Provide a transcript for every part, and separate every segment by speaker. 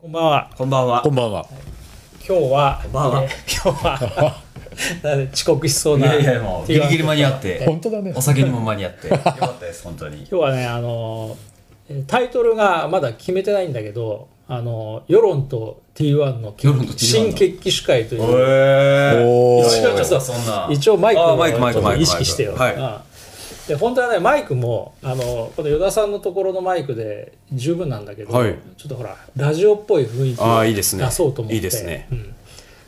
Speaker 1: こんばんは。
Speaker 2: こんばんは
Speaker 3: こ。んばんは。
Speaker 1: 今日は、
Speaker 2: こんばんは
Speaker 1: えー今日 は、なんで遅刻しそう
Speaker 2: い
Speaker 1: な。
Speaker 2: やいや、もう、ギリギリ間に合って、
Speaker 3: 本当だね
Speaker 2: お。酒にも間に合って、よかったです、本当に。
Speaker 1: 今日はね、あのー、タイトルがまだ決めてないんだけど、あのー、世論と T1 の
Speaker 2: 世論と T1 の
Speaker 1: 新決起主会という、
Speaker 2: え
Speaker 3: おー
Speaker 2: 一応ちょっとそんな。
Speaker 1: 一応マイク
Speaker 2: あー
Speaker 1: を
Speaker 2: マイク、マイク、マイク。
Speaker 1: 意識してよ。
Speaker 2: はい。
Speaker 1: うんで本当はねマイクもあのこの依田さんのところのマイクで十分なんだけど、
Speaker 4: はい
Speaker 1: ちょっとほらラジオっぽい雰囲気
Speaker 4: あ
Speaker 1: を
Speaker 4: ーいいですね
Speaker 1: 出そうと思って
Speaker 4: いいですね
Speaker 1: うん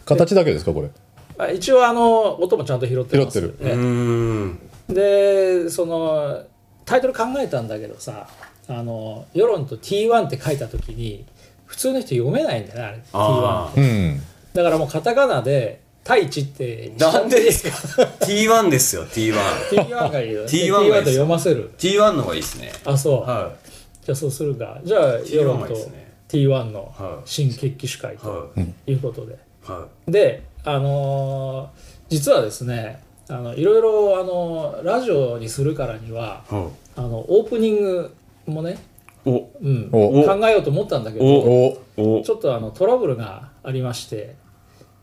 Speaker 3: 形だけですか、これ。
Speaker 1: あ一応あの音もちゃんと拾ってます
Speaker 3: 拾って
Speaker 1: ええ
Speaker 4: うーん
Speaker 1: でそのタイトル考えたんだけどさ「あの世論と T1」って書いた時に普通の人読めないんだよねあれ T1
Speaker 4: あ
Speaker 1: って
Speaker 3: うん。
Speaker 1: だからもうカタカナで「太一」って
Speaker 2: なんでですか ?T1 ですよ、T1。
Speaker 1: T1 がいい よ
Speaker 2: T1
Speaker 1: で
Speaker 2: がい
Speaker 1: T1
Speaker 2: いっ
Speaker 1: と
Speaker 2: す
Speaker 1: 読ませる
Speaker 2: T1 の方がいいですね。
Speaker 1: あそう、
Speaker 2: は
Speaker 1: じゃあそうするかじゃあ世論
Speaker 2: がいい
Speaker 1: と
Speaker 2: っすね
Speaker 1: T1 の
Speaker 2: はい
Speaker 1: 新決起主会
Speaker 2: い。は
Speaker 1: ということで、
Speaker 2: い。は。
Speaker 1: であのー実はですねあのいろいろあのラジオにするからにはい
Speaker 2: は
Speaker 1: あのオープニングもね
Speaker 2: い。お、
Speaker 1: うん、
Speaker 3: お
Speaker 1: 考えようと思ったんだけど
Speaker 2: お、
Speaker 3: お
Speaker 2: お、
Speaker 1: ちょっとあのトラブルがありまして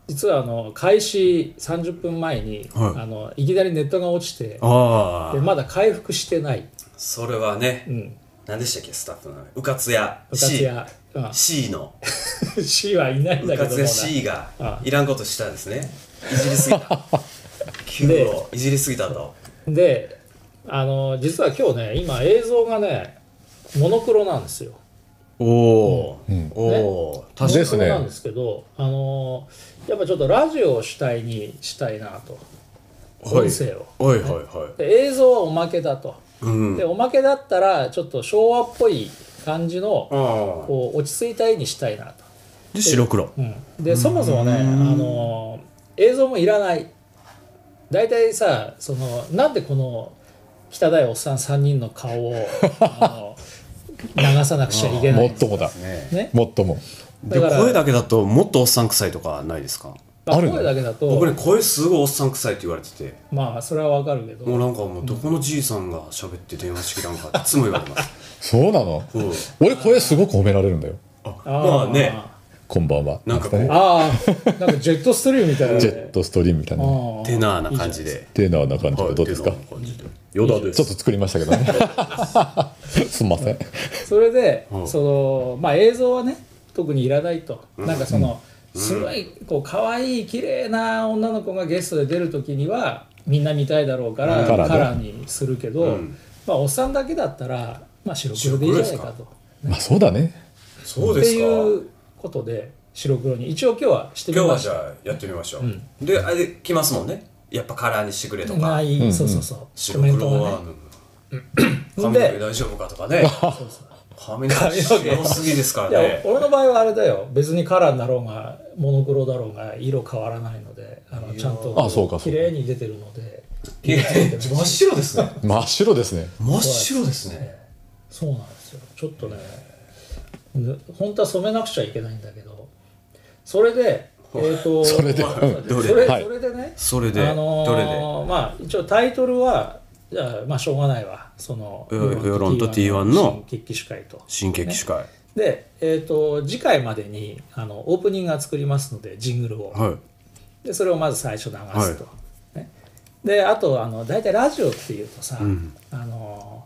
Speaker 1: 実はあの開始30分前に、
Speaker 2: はい
Speaker 1: あのいきなりネットが落ちて
Speaker 2: あ
Speaker 1: で
Speaker 2: あ。
Speaker 1: まだ回復してない、
Speaker 2: それはね
Speaker 1: う、ん、
Speaker 2: 何でしたっけ、スタッフの名前。うかつや
Speaker 1: 部活
Speaker 2: C。
Speaker 1: や、うん
Speaker 2: C の。
Speaker 1: C はいないん
Speaker 2: 部
Speaker 1: だけど
Speaker 2: 活や
Speaker 1: も
Speaker 2: C が
Speaker 1: ああ
Speaker 2: いらんことしたんですねいじりすぎ た Q をいじりすぎたと
Speaker 1: うなであの実は今日ね今映像がねモノクロなんですよ
Speaker 2: おお
Speaker 3: うん
Speaker 2: おお
Speaker 1: モノ
Speaker 3: に
Speaker 1: クロなんですけどあのやっぱちょっとラジオを主体にしたいなと音声を、
Speaker 2: はいはいは
Speaker 1: で映像はおまけだと。
Speaker 2: いうん
Speaker 1: で
Speaker 2: あ
Speaker 1: おまけだったらちょっと昭和っぽい感じの
Speaker 2: あ
Speaker 1: こう落ち着いた絵にしたいなと、
Speaker 2: で白黒
Speaker 1: うん、でそもそもねあの映像もいらない大体さそのなんでこの汚いおっさん3人の顔をあの 流さなくちゃいけな
Speaker 3: も
Speaker 1: い
Speaker 3: っともだ。
Speaker 2: ね
Speaker 1: ね
Speaker 3: もっとも。
Speaker 4: で
Speaker 1: だから
Speaker 4: 声だけだともっとおっさん臭いとかないですか
Speaker 1: まあ
Speaker 3: あるの
Speaker 1: 声だけだ
Speaker 2: 僕ね
Speaker 1: と
Speaker 2: 声すごいおっさん臭いって言われてて
Speaker 1: まあそれはわかるけ
Speaker 2: もう
Speaker 1: ど
Speaker 2: なんかもうどこのじいさんが喋って電話してきたんかっていつも言われます
Speaker 3: そうなの
Speaker 2: うん
Speaker 3: 俺、これすごく褒められるんだよ。
Speaker 2: まあね
Speaker 3: こんばんは。
Speaker 2: なんかこう
Speaker 3: ね
Speaker 1: ああなんかジェットストリームみたいなね
Speaker 3: ジェットストリームみたいなね。
Speaker 1: ああ
Speaker 2: テナーな感じで
Speaker 3: っていうのはな感じでどうですか
Speaker 2: はいテナーな感じで
Speaker 4: よだ
Speaker 3: ちょっと作りましたけどね。 すんません。
Speaker 1: それで、
Speaker 2: うん
Speaker 1: そのまあ、映像はね特にいらないと、なんかその、すごいこう可愛い綺麗な女の子がゲストで出る時にはみんな見たいだろうから、
Speaker 3: うん
Speaker 1: カ
Speaker 3: カラー
Speaker 1: ラ
Speaker 3: で
Speaker 1: ーにするけど、
Speaker 2: うん
Speaker 1: まあ、おっさんだけだったら、まあ、白黒でいいじゃないかと。
Speaker 3: まあ、そうだね。
Speaker 2: そう
Speaker 1: っ
Speaker 2: で
Speaker 1: て
Speaker 2: すか
Speaker 1: いうことで白黒に一応今日はしてみ
Speaker 2: 今日
Speaker 1: ま
Speaker 2: は
Speaker 1: し
Speaker 2: じ
Speaker 1: た。
Speaker 2: ゃあやってみましょ
Speaker 1: うん
Speaker 2: うであれ来ますもんねやっぱカラーにしてくれと
Speaker 1: な
Speaker 2: か
Speaker 1: い、
Speaker 3: うん
Speaker 1: そうそうそうコ
Speaker 2: 白
Speaker 1: メン
Speaker 2: 黒
Speaker 1: ト
Speaker 2: は
Speaker 1: が
Speaker 2: うん
Speaker 1: ね。
Speaker 2: 髪の毛
Speaker 1: で
Speaker 2: 大丈夫かと かね
Speaker 1: そうそう
Speaker 2: 髪の毛白すぎですから
Speaker 1: いや
Speaker 2: ね
Speaker 1: 俺の場合はあれだよ別にカラーになろうがモノクロだろうが色変わらないのであのちゃんと
Speaker 3: あそうかそ
Speaker 1: 綺
Speaker 3: うか
Speaker 1: 麗に出てるので
Speaker 2: いや真っ白です ね
Speaker 3: 真っ白ですね。
Speaker 2: 真っ白ですね
Speaker 1: そうなんですよちょっとねぬ本当は染めなくちゃいけないんだけどそれでえっ、と
Speaker 3: それで
Speaker 1: まあ
Speaker 3: うん
Speaker 1: それ
Speaker 2: ど
Speaker 1: そ
Speaker 2: れ
Speaker 1: れ
Speaker 3: はい
Speaker 1: でね
Speaker 2: それで
Speaker 1: あのー
Speaker 2: どれ
Speaker 1: まあ一応タイトルはじゃあまあしょうがないわその
Speaker 2: え世論と T1 の
Speaker 1: 新決起主会と
Speaker 2: 新劇主会
Speaker 1: で、えー、と次回までにあのオープニングが作りますのでジングルを、
Speaker 2: は
Speaker 1: でそれをまず最初流すと、ね、であとあの大体ラジオっていうとさ、
Speaker 2: うん
Speaker 1: あの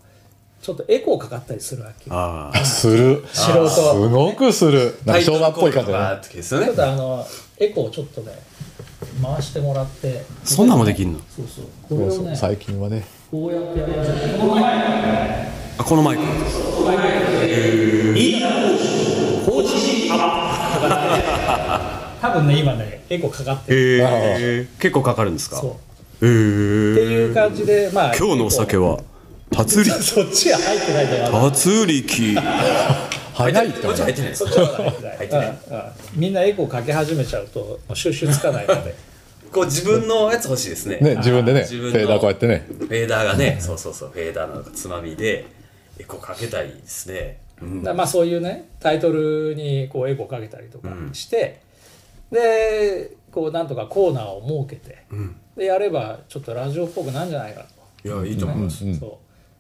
Speaker 1: ちょっとエコーかかったりするわけよ
Speaker 2: ああ
Speaker 3: する。
Speaker 1: 素人
Speaker 3: すごくする。なんか昭和っぽい感じ
Speaker 2: だ
Speaker 3: だ
Speaker 2: っ
Speaker 3: ね。
Speaker 2: てですよ
Speaker 1: ちょっ
Speaker 2: ね
Speaker 1: とあのエコーをちょっとね回してもらって
Speaker 2: そんなんもできんの
Speaker 1: そうそうこ
Speaker 3: そ
Speaker 1: れ
Speaker 3: う
Speaker 1: を
Speaker 3: そう
Speaker 1: ね
Speaker 3: 最近はね。
Speaker 1: こうやってやる
Speaker 2: あこのマイク
Speaker 1: 多分ね今ねエコーかかってる、
Speaker 2: ええ結構かかるんですか
Speaker 1: そう
Speaker 4: え
Speaker 1: って
Speaker 4: ー、
Speaker 1: いう感じでまあ
Speaker 4: 今日のお酒はたつり
Speaker 1: そっちは入ってないだよ
Speaker 4: たつりき
Speaker 3: 早いって
Speaker 2: こっち入ってないです
Speaker 1: そっちはまだ入ってないうんうんみんなエコーかけ始めちゃうともう収集つかないので
Speaker 2: こう自分のやつ欲しいですね
Speaker 3: ね、自分でね、
Speaker 2: 自
Speaker 3: フ
Speaker 2: 分の
Speaker 3: ェーダーこうやってね。
Speaker 2: フェーダーがねそうそうそうフェーダーなのかつまみでエコかけたいですねうん
Speaker 1: だからまあそういうねタイトルにこうエコーかけたりとかして、でこうなんとかコーナーを設けて、でやればちょっとラジオっぽくなんじゃないかと、
Speaker 2: いやいいと思います
Speaker 1: そう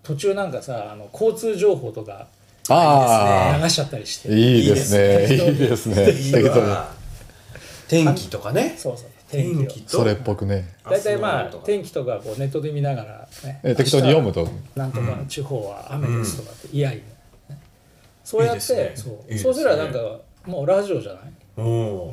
Speaker 1: 途中なんかさあの交通情報とか
Speaker 3: あ
Speaker 1: 流しちゃったりして
Speaker 3: あ、いいですね。いいですね。
Speaker 2: いい
Speaker 3: 適
Speaker 2: わ天気とかね
Speaker 1: そうそう天
Speaker 2: 天
Speaker 1: 気
Speaker 2: 気
Speaker 1: を
Speaker 3: 当そ
Speaker 2: と
Speaker 3: れっぽくね。
Speaker 1: 大体まあ
Speaker 2: そう
Speaker 1: 天気とかこうネットで見ながら、ね、
Speaker 3: え適当に読むと。
Speaker 1: なんとか地方は雨ですとかって、いやいやそうやって
Speaker 2: いいです
Speaker 1: そ
Speaker 2: ね
Speaker 1: う
Speaker 2: いいですね
Speaker 1: そうすればなんかもうラジオじゃない
Speaker 2: うんうん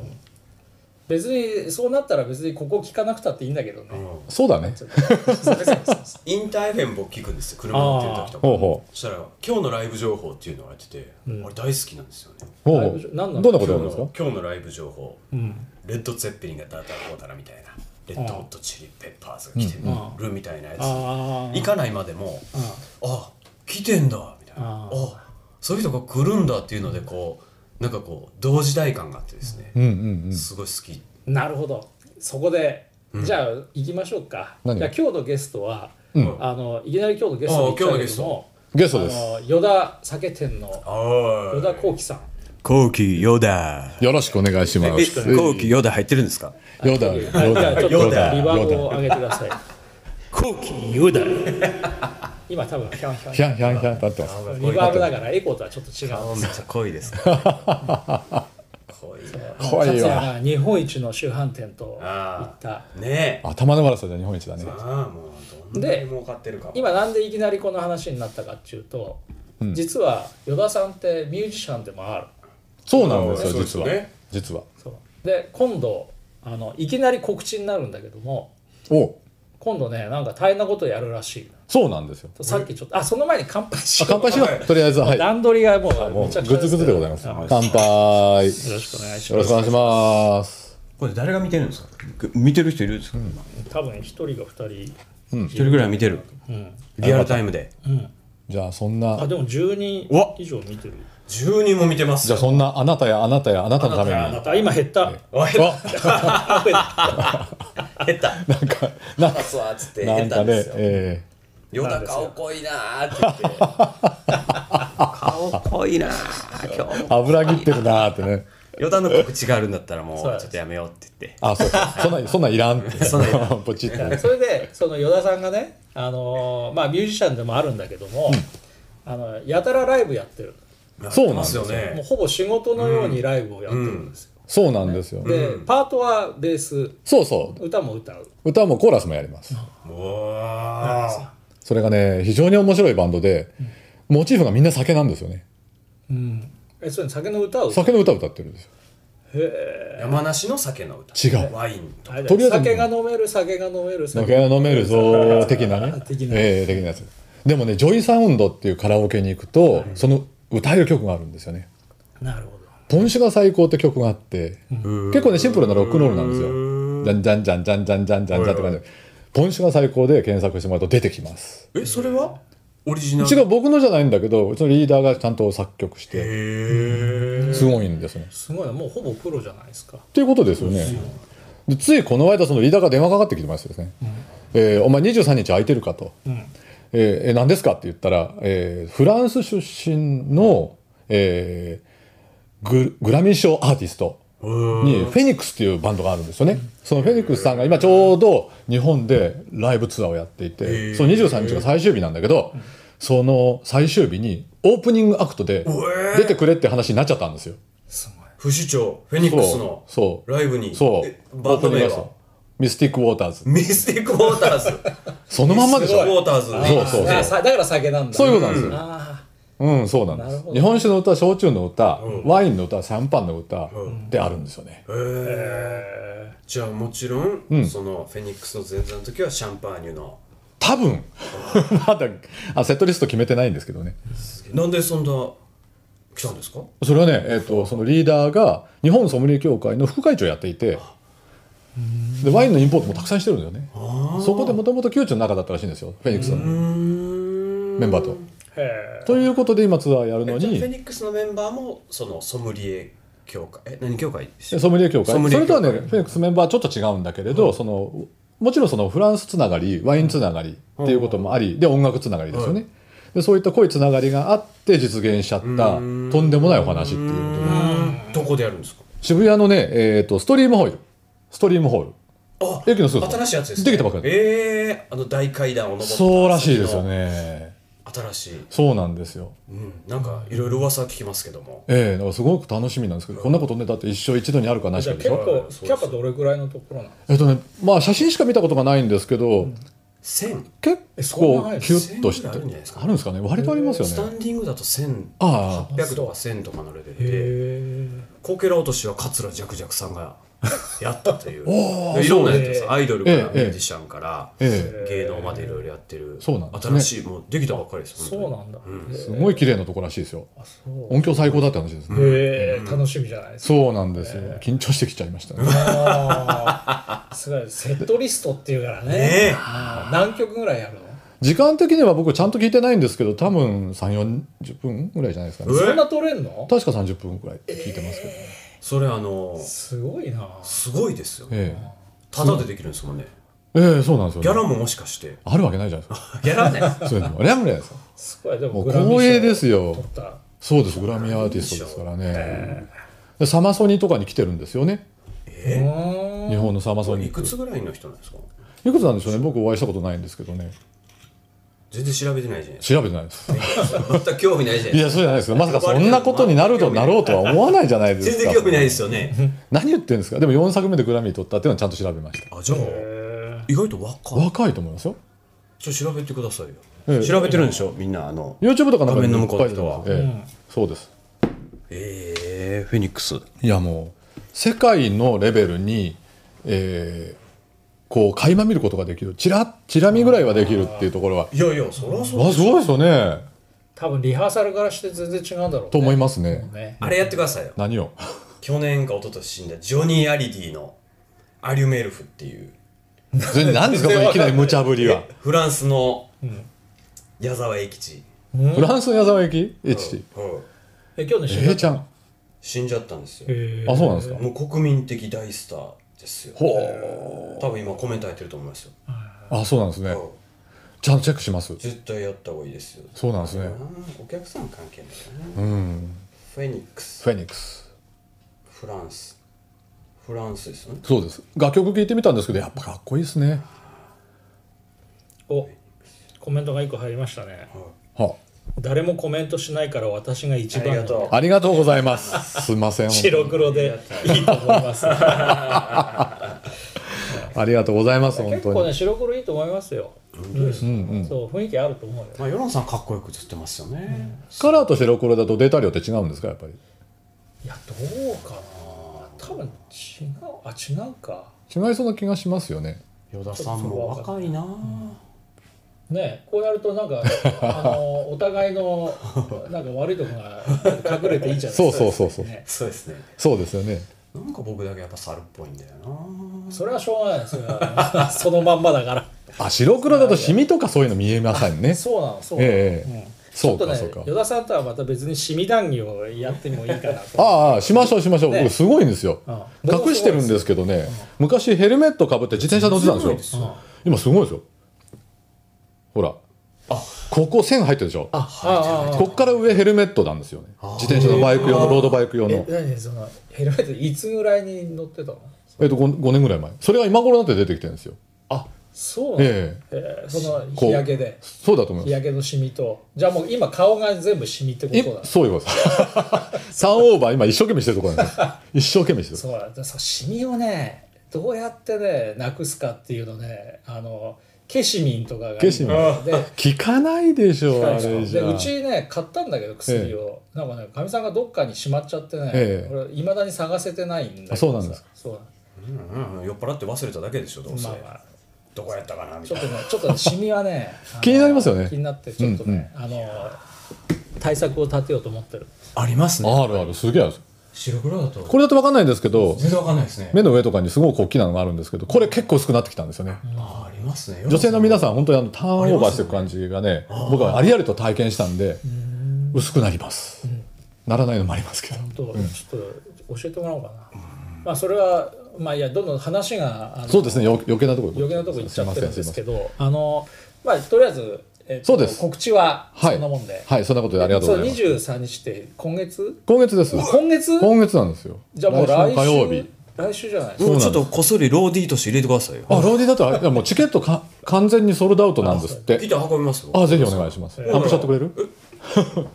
Speaker 1: 別にそうなったら別にここ聞かなくたっていいんだけどね、
Speaker 3: そうだね。
Speaker 1: そうそうそうそう
Speaker 2: インターフェン僕聞くんですよ車乗ってる時とか
Speaker 3: ほうほ
Speaker 2: そしたら今日のライブ情報っていうのがやってて、
Speaker 1: ん
Speaker 2: 俺大好きなんですよね
Speaker 3: う。
Speaker 1: ラ
Speaker 3: も
Speaker 1: イブ
Speaker 3: う
Speaker 1: 上何なの
Speaker 3: どんなこ
Speaker 2: 今
Speaker 3: と
Speaker 2: 日
Speaker 3: やるんですか
Speaker 2: の。今日のライブ情報
Speaker 1: うん
Speaker 2: レッド・ツェッペリンがダータラこうだなみたいなレッド・ホット・チリ・ペッパーズが来て
Speaker 1: うん
Speaker 2: るみたいなやつ、
Speaker 1: あ
Speaker 2: 行かないまでも
Speaker 1: ああ
Speaker 2: あ来てんだみたいな
Speaker 1: あ
Speaker 2: あ
Speaker 1: ー
Speaker 2: そういう人が来るんだっていうのでこうなんかこう同時代感があってですね
Speaker 3: う、んうんうん。
Speaker 2: すごい好き
Speaker 1: なるほどそこで、じゃあ行きましょうか
Speaker 3: 何
Speaker 1: じゃあ今日のゲストは、
Speaker 3: うん
Speaker 1: あのいきなり今日のゲストに行っちゃうけども
Speaker 3: ゲストです。
Speaker 1: あの依田酒店の
Speaker 2: あ
Speaker 1: 依田幸喜さん
Speaker 4: 後期ヨダ
Speaker 3: よろしくお願いしま
Speaker 4: え
Speaker 3: す。
Speaker 4: 後期ヨダ入ってるんですか
Speaker 3: ヨダ、ヨダ、ヨ
Speaker 1: じゃあ
Speaker 3: ダ、
Speaker 1: ちょっ
Speaker 3: ヨ
Speaker 1: と
Speaker 3: ダ。
Speaker 1: リバーブを上げてください
Speaker 4: 後期ヨダ
Speaker 1: 今多分ヒャンヒャン
Speaker 3: ヒャンヒャンヒャンってなってます。
Speaker 1: リバーブだからエコーとはちょっと違う
Speaker 2: めっちゃ 濃いですか濃いね
Speaker 3: 怖い
Speaker 1: かつ
Speaker 3: わ。
Speaker 1: ては日本一の周販店と言
Speaker 2: あ
Speaker 1: った
Speaker 2: あねえ
Speaker 3: 頭の悪さじゃ日本一だね。
Speaker 2: ああもうどんだけ儲かってるか
Speaker 1: 今なんでいきなりこの話になったかっていうと、実は依田さんってミュージシャンでもある
Speaker 3: そうなんですよ、
Speaker 2: そうですよ
Speaker 3: 実は
Speaker 2: ね。
Speaker 3: 実は。
Speaker 1: そうで今度あのいきなり告知になるんだけども
Speaker 3: お
Speaker 1: 今度ねなんか大変なことやるらしい
Speaker 3: そうなんですよ。
Speaker 1: なさっきちょっとあその前に乾杯し
Speaker 3: あ
Speaker 1: よう
Speaker 3: 乾杯しよう。とりあえず、はい。
Speaker 1: 段取りがもう
Speaker 3: もう
Speaker 1: めちゃくちゃ
Speaker 3: グツグツでございます。
Speaker 1: よ
Speaker 3: 乾杯。よ
Speaker 1: ろしくお願いし
Speaker 3: ろ
Speaker 1: ま
Speaker 3: しくお願い
Speaker 1: す
Speaker 3: します。
Speaker 4: これ誰が見てるんですか見てる人いるんですか
Speaker 1: 多分一人が二人
Speaker 4: 一人ぐらい見てるリアルタイムで
Speaker 3: じゃあそん
Speaker 1: あ
Speaker 3: な、
Speaker 1: でも10人
Speaker 4: うわ
Speaker 1: 以上見てる
Speaker 2: 10人も見てます
Speaker 3: じゃあそんなあなたやあなたやあなたのために。
Speaker 1: あなた今減った
Speaker 2: おい
Speaker 3: わ
Speaker 2: 減った
Speaker 3: なんか、な
Speaker 2: パスワーつって
Speaker 3: な
Speaker 2: 減
Speaker 3: ん
Speaker 2: った
Speaker 3: か
Speaker 2: んで
Speaker 3: ね
Speaker 2: す、よ
Speaker 3: え
Speaker 2: ヨダ顔濃いなーって言って顔濃いなー今日
Speaker 3: ー、油切ってるなーって ね。
Speaker 2: ヨダの告知があるんだったらもう
Speaker 1: そうです
Speaker 2: ちょっとやめようって言って
Speaker 3: あ、そうか。そんな、そんなんいらんって。
Speaker 2: そんなんいら
Speaker 3: ポチって ね。
Speaker 1: それでその依田さんがね、あのーまあ、ミュージシャンでもあるんだけども、あのやたらライブやってる
Speaker 3: そうなん
Speaker 2: ま
Speaker 3: ですす
Speaker 2: よ
Speaker 3: よ
Speaker 1: もう
Speaker 2: ね
Speaker 1: ほぼ仕事のようにライブをやってるんですよ、
Speaker 3: そうなんですよ。
Speaker 1: で、パートはベース
Speaker 3: そうそ
Speaker 1: 歌も歌う
Speaker 3: う。歌もコーラスもやります。
Speaker 2: うわ
Speaker 3: それがね、非常に面白いバンドで、モチーフがみんな酒なんですよね。
Speaker 1: えそれ酒の歌を歌う
Speaker 3: 酒の歌を歌ってるんですよ。
Speaker 2: ー山梨の酒の歌
Speaker 3: 違う
Speaker 2: ワインと
Speaker 1: あれだよ
Speaker 3: とりあえず
Speaker 1: 酒が飲める酒が飲める酒
Speaker 3: 酒が飲めるぞー的 なね
Speaker 1: 的な
Speaker 3: ええ的なやつでもねジョイサウンドっていうカラオケに行くと、その歌える曲があるんですよね
Speaker 1: なるほど
Speaker 3: 「ポンシュが最高」って曲があって、結構ねシンプルなロックンロールなんですよじゃんじゃんじゃんじゃんじゃんじゃんじゃんじゃんって感じで「ポンシュが最高」で検索してもらうと出てきます
Speaker 2: えそれはオリジナル
Speaker 3: 違う僕のじゃないんだけどうちのリーダーがちゃんと作曲して
Speaker 2: へえ
Speaker 3: すごいんですね
Speaker 1: すごいなもうほぼプロじゃないですか
Speaker 3: っていうことですよねでついこの間そのリーダーが電話かかってきてましてですね「えーお前23日空いてるか」と。
Speaker 1: うん
Speaker 3: えーえー何ですかって言ったら、えーフランス出身の、えーググラミー賞アーティストにフェニックスっていうバンドがあるんですよね、そのフェニックスさんが今ちょうど日本でライブツアーをやっていて、その23日が最終日なんだけど、その最終日にオープニングアクトで出てくれって話になっちゃったんですよ。
Speaker 1: すごい
Speaker 2: 不死鳥フェニックスの
Speaker 3: そうそう
Speaker 2: ライブに
Speaker 3: そう
Speaker 2: えバンド名
Speaker 3: オープニングアク
Speaker 2: は
Speaker 3: トミスティック・ウォーターズ
Speaker 2: ミスティック・ウォーターズ
Speaker 3: そのまんまでし
Speaker 2: ミスティックウォー
Speaker 3: ょ
Speaker 2: ターズ
Speaker 3: そうそう
Speaker 1: あさだから酒なんだ
Speaker 3: そういうことなんですよ、
Speaker 1: あ
Speaker 3: うん、そうなん
Speaker 1: な
Speaker 3: で
Speaker 1: るほ
Speaker 3: す
Speaker 1: ど。
Speaker 3: 日本酒の歌、焼酎の歌、
Speaker 2: うん
Speaker 3: ワインの歌、シャンパンの歌であるんですよね。
Speaker 2: へえじゃあもちろん、
Speaker 3: ん
Speaker 2: そのフェニックスの前座の時はシャンパーニュの
Speaker 3: 多分 まだあセットリスト決めてないんですけどね。
Speaker 2: なんでそんな来たんですか
Speaker 3: それはね、えっとそのリーダーが日本ソムリエ協会の副会長をやっていて、でワインのインポートもたくさんしてるんだよね。そこでもともと窮地の中だったらしいんですよ、フェニックスのメンバーと。
Speaker 1: ーへ
Speaker 3: ということで今ツアーやるの
Speaker 2: じゃあフェ
Speaker 3: に、
Speaker 2: ニックスのメンバーもそのソムリエ協会え何協会でした
Speaker 3: ソムリエ協会
Speaker 2: ソムリ
Speaker 3: そ
Speaker 2: エ協
Speaker 3: れ
Speaker 2: 会
Speaker 3: とはねフェニックスメンバーはちょっと違うんだけれど、そのもちろんそのフランスつながりワインつながりっていうこともあり、で音楽つながりですよね、でそういった濃いつながりがあって実現しちゃったとんでもないお話っていうことで
Speaker 2: どこでやるんですか
Speaker 3: 渋谷のね、えー、とストリームホイールストリームホイール
Speaker 2: あ
Speaker 3: 駅のすぐそば
Speaker 2: 新しいやつです、
Speaker 3: できたばっかり
Speaker 2: ええあの大階段を登った
Speaker 3: そうらしいですよね
Speaker 2: 新しい、
Speaker 3: そうなんですよ。
Speaker 2: うん、なんかいろいろ噂聞きますけども
Speaker 3: ええだからすごく楽しみなんですけど、こんなことね、だって一生一度にあるかない
Speaker 1: じ
Speaker 3: し
Speaker 1: ゃ
Speaker 3: か
Speaker 1: あ
Speaker 3: で
Speaker 1: 結
Speaker 3: しょ。
Speaker 1: 構キャパどれぐらいのところなの
Speaker 3: えっとね、まあ写真しか見たことがないんですけど、
Speaker 2: 1000
Speaker 3: 結
Speaker 1: えそんな
Speaker 3: 構
Speaker 1: ない
Speaker 3: キュッとし
Speaker 2: 1000ぐらいあ
Speaker 3: て、あ
Speaker 2: るんじゃ
Speaker 3: るん
Speaker 2: ないですか
Speaker 3: ですかね。割とありますよ
Speaker 2: スタ
Speaker 3: ね。
Speaker 2: ンディングだと1800
Speaker 3: ああ、
Speaker 2: とか1000とかのレベルで
Speaker 1: へえ
Speaker 2: こけら落としは桂ジャクジャクさん がやったという
Speaker 3: おー
Speaker 2: いろんなやつです
Speaker 1: そうね
Speaker 2: アイドルからミ
Speaker 3: ええええ
Speaker 2: ュージシャンから
Speaker 3: え
Speaker 2: 芸能までいろいろやってる
Speaker 3: そうなんですね
Speaker 2: 新しいもうできたばっかりです
Speaker 1: そうなんだ、
Speaker 3: え、
Speaker 1: へ
Speaker 3: すごい綺麗なとこらしいですよ。
Speaker 1: あそう
Speaker 3: 音響最高だって話ですね。
Speaker 1: へえ楽しみじゃないですか
Speaker 3: そうなんですよ。緊張してきちゃいましたね。
Speaker 1: あーすごいセットリストっていうからね
Speaker 2: ねえ
Speaker 1: あー何曲ぐらいやるの
Speaker 3: 時間的には僕ちゃんと聞いてないんですけど、多分3、40分ぐらいじゃないですか
Speaker 2: う。
Speaker 3: ね
Speaker 2: わ
Speaker 1: そんな取れんの
Speaker 3: 確か30分ぐらいって聞いてますけどね。
Speaker 2: それあの
Speaker 1: すごいな
Speaker 2: すごいですよね
Speaker 3: え
Speaker 2: ただでできるんですもんね
Speaker 3: えええそうなんですよ、
Speaker 2: ギャラももしか して
Speaker 3: あるわけないじゃないですか。
Speaker 2: ギャラはね
Speaker 3: そういうのも。あれは無理ですよ。
Speaker 1: すごいでも
Speaker 3: もう
Speaker 1: グラミー賞
Speaker 3: 光栄ですよ
Speaker 1: 取った
Speaker 3: そうです、グラミーアーティストですからね。でサマソニとかに来てるんですよね。
Speaker 1: う
Speaker 2: え
Speaker 1: ーん
Speaker 3: 日本のサマソニ
Speaker 2: い
Speaker 3: ック
Speaker 2: くつぐらいの人なんですか
Speaker 3: いくつなんでしょうね。僕お会いしたことないんですけどね。
Speaker 2: 全然調べてないじゃないです
Speaker 3: 調べてないです。
Speaker 2: か全く興味ないじゃないです
Speaker 3: いや、
Speaker 2: か
Speaker 3: そうじゃないですか。まさかそんなことになるとなろうとは思わないじゃないですか。
Speaker 2: 全然興味ないですよね
Speaker 3: 何言ってるんですかでも4作目でグラミー取ったっていうのはちゃんと調べました
Speaker 2: あじゃあ
Speaker 1: へ
Speaker 2: 意外と若い
Speaker 3: 若いと思いますよ
Speaker 2: ちょっと調べてくださいよ
Speaker 3: ええ
Speaker 4: 調べてるんでしょみんなあの
Speaker 3: YouTube とかなんか
Speaker 4: 画面
Speaker 3: に
Speaker 4: の
Speaker 3: い
Speaker 4: 向
Speaker 3: っ
Speaker 4: こう
Speaker 3: ぱ
Speaker 4: の
Speaker 3: い出て
Speaker 4: 人
Speaker 3: ま
Speaker 4: は
Speaker 3: す、ええそうです
Speaker 2: ええフェニックス
Speaker 3: いやもう世界のレベルに、ええこう垣間見ることができるチラチラ見ぐらいはできるっていうところはい
Speaker 2: やいやそりゃそう
Speaker 3: わすごいですよね
Speaker 1: 多分リハーサルからして全然違うんだろうね
Speaker 3: と思いますね
Speaker 1: ね
Speaker 2: あれやってくださいよ
Speaker 3: 何を
Speaker 2: 去年か一昨年死んだジョニー・アリディのアリュメルフっていう
Speaker 3: 全然 何ですかこれ いきなり無茶ぶりは
Speaker 2: フランスの矢沢永吉、
Speaker 3: フランスの矢沢駅 HT
Speaker 2: うん
Speaker 1: え今日の
Speaker 3: え
Speaker 1: 試合
Speaker 3: えちゃん
Speaker 2: 死んじゃったんですよ、
Speaker 1: へー
Speaker 3: あそうなんですか
Speaker 2: もう国民的大スターですよ
Speaker 3: ほ
Speaker 2: 多分今コメント入ってると思いますよ、
Speaker 3: あそうなんですね
Speaker 2: うん
Speaker 3: ちゃんとチェックします
Speaker 2: 絶対やった方がいいですよ
Speaker 3: そうなんですね
Speaker 2: お客さん関係ないかな、
Speaker 3: うん
Speaker 2: フェニックス
Speaker 3: フェニックス
Speaker 2: フランスフランスですよね
Speaker 3: そうです楽曲聴いてみたんですけどやっぱかっこいいですね
Speaker 1: おコメントが1個入りましたね
Speaker 3: は
Speaker 1: 誰もコメントしないから私が一
Speaker 2: ありが
Speaker 1: 番
Speaker 2: とう
Speaker 3: あ、ありがとうござい ますすいません本当に
Speaker 1: 白黒でいいと思います
Speaker 3: ありがとうございます本
Speaker 1: 結
Speaker 3: 当
Speaker 1: 構
Speaker 3: に
Speaker 1: ね白黒いいと思いますよ
Speaker 3: うんうん
Speaker 1: そう雰囲気あると思うよ
Speaker 2: まあ、世論さんかっこよく映ってますよね、
Speaker 3: カラーと白黒だとデータ量って違うんですかやっぱり
Speaker 1: いやどうかな多分違うあ違うか
Speaker 3: 違いそうな気がしますよね
Speaker 2: 与田さんも若いな、
Speaker 1: ねこうやるとなん かあのお互いのなんか悪いとこが隠れていいじゃない
Speaker 3: そうそうそうそう
Speaker 1: ね
Speaker 2: そうですね
Speaker 3: そうですよね
Speaker 2: なんか僕だけやっぱ猿っぽいんだよな
Speaker 1: それはしょうがないですよそのまんまだから
Speaker 3: あ白黒だとシミとかそういうの見えませんね
Speaker 1: そうなのそうなの、
Speaker 3: ええええ
Speaker 1: うん
Speaker 3: そう
Speaker 1: ちょっ
Speaker 3: か
Speaker 1: と
Speaker 3: そう
Speaker 1: ね
Speaker 3: か
Speaker 1: 依田さんとはまた別にシミ談義をやってもいいかなと
Speaker 3: ああしましょうしましょう、
Speaker 1: ね
Speaker 3: 僕すごいんですよ、
Speaker 1: うん
Speaker 3: 隠してるんですけどね、昔ヘルメットかぶって自転車乗ってたんです
Speaker 2: す
Speaker 3: よ
Speaker 2: ごいですよ
Speaker 3: 今すごいですよほら
Speaker 2: あ
Speaker 3: ここ線入ってるでしょ
Speaker 1: ああ
Speaker 3: こっから上ヘルメットなんですよね自転車のバイク用のロードバイク用
Speaker 1: え
Speaker 3: の
Speaker 1: 何そのヘルメットいつぐらいに乗ってたの
Speaker 3: えっと 5, 年ぐらい前それが今頃になって出てきてるんですよ
Speaker 1: あそうなの、
Speaker 3: ええ
Speaker 1: えーその
Speaker 3: こう
Speaker 1: 日焼けで
Speaker 3: そうだと思い
Speaker 1: 日
Speaker 3: ます
Speaker 1: 焼けのシミとじゃあもう今顔が全部シミってことだ
Speaker 3: いそういうことです サンオーバー今一生懸命してるところなんですよ一生懸命してる
Speaker 1: そうだでそうシミをねどうやってねなくすかっていうのねあのケシミンとかが
Speaker 3: ケシミン
Speaker 1: で
Speaker 3: 効かないでしょあれじ
Speaker 1: で
Speaker 3: ゃ
Speaker 1: うちね買ったんだけど薬を、なんかねかみさんがどっかにしまっちゃってね、
Speaker 3: ええ
Speaker 1: 俺いまだに探せてないんだけど
Speaker 3: あそうなんです
Speaker 1: さそう
Speaker 2: うんうん、酔っ払って忘れただけでしょどうせ、
Speaker 1: まあまあ
Speaker 2: どこやったかなみ
Speaker 1: ち
Speaker 2: た
Speaker 1: ょ
Speaker 2: い
Speaker 1: っ
Speaker 2: な
Speaker 1: とねちょっとねシミはねあの
Speaker 3: 気になりますよね
Speaker 1: 気になってちょっとね、あの対策を立てようと思ってる
Speaker 2: あります
Speaker 3: あるあるすげえある
Speaker 2: 白黒だと
Speaker 3: これだと分かんないんですけど
Speaker 2: 全然わかんないですね
Speaker 3: 目の上とかにすごく大きなのがあるんですけどこれ結構薄くなってきたんですよね
Speaker 2: あありますね
Speaker 3: 女性の皆さん本当にあのターンオーバーしていく感じがね僕はありありと体験したんで薄くなりますならないのもありますけど
Speaker 1: と、ちょっと教えてもらおうかな、まあそれはまあいいやどんどん話があの
Speaker 3: そうですねよ余計なところ
Speaker 1: 余計なとこ行っちゃってるんですけ
Speaker 3: ど
Speaker 1: どあのまあとりあえず、えっと
Speaker 3: そうです
Speaker 1: 告知は
Speaker 3: は
Speaker 1: そ
Speaker 3: い
Speaker 1: んなもんで、
Speaker 3: はいそんなことでありがとうございます
Speaker 1: そう23日って今月
Speaker 3: 今月です
Speaker 1: 今月
Speaker 3: 今月なんですよ
Speaker 1: じゃあもう来週
Speaker 3: の火曜日
Speaker 1: 来週じゃない
Speaker 4: もうちょっとこっそりローディーとして入れてくださいよ。
Speaker 3: あ、ローディーだとあれ、いやもうチケットか完全にソールドアウトなんですっ
Speaker 2: ギ
Speaker 3: て。
Speaker 2: ター運びますよ
Speaker 3: あ、ぜひお願いします。アップしちゃってくれる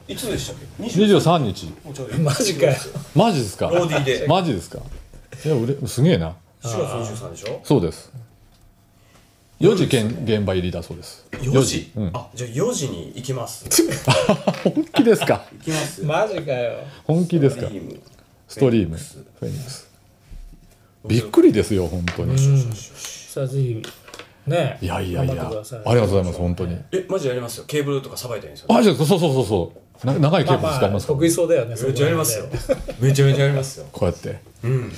Speaker 2: いつでしたっけ
Speaker 3: ?23 日。
Speaker 1: マジかよ
Speaker 3: マジですか
Speaker 2: ローディーで
Speaker 3: マジですかいや、うれすげえな。
Speaker 2: 4月23でしょ
Speaker 3: そうです。4時現現場入りだそうです。
Speaker 2: 4時、あじゃあ4時に行きます行
Speaker 3: 本気ですか
Speaker 2: きます
Speaker 1: マジかよ
Speaker 3: 本気ですか
Speaker 2: リーム
Speaker 3: ストリーム。フェニックス。びっくりですよ、本当に。
Speaker 1: さあぜひね
Speaker 3: いやいやい
Speaker 1: 頑張
Speaker 3: や、
Speaker 1: っ
Speaker 3: あ
Speaker 1: てく
Speaker 3: りが
Speaker 1: ださい
Speaker 3: とうございます、本当に。
Speaker 2: えマジやりますよケーブルとかさばいたらいいんですよね
Speaker 3: あ、じゃあ、そうそうそうそう。な長いケーブル
Speaker 1: ま
Speaker 3: 使い
Speaker 1: あま
Speaker 3: ま
Speaker 1: あ
Speaker 3: すから
Speaker 1: 得意そうだよね
Speaker 2: めっちゃやりますよめちゃめちゃやりますよ
Speaker 3: こうやって。
Speaker 2: うん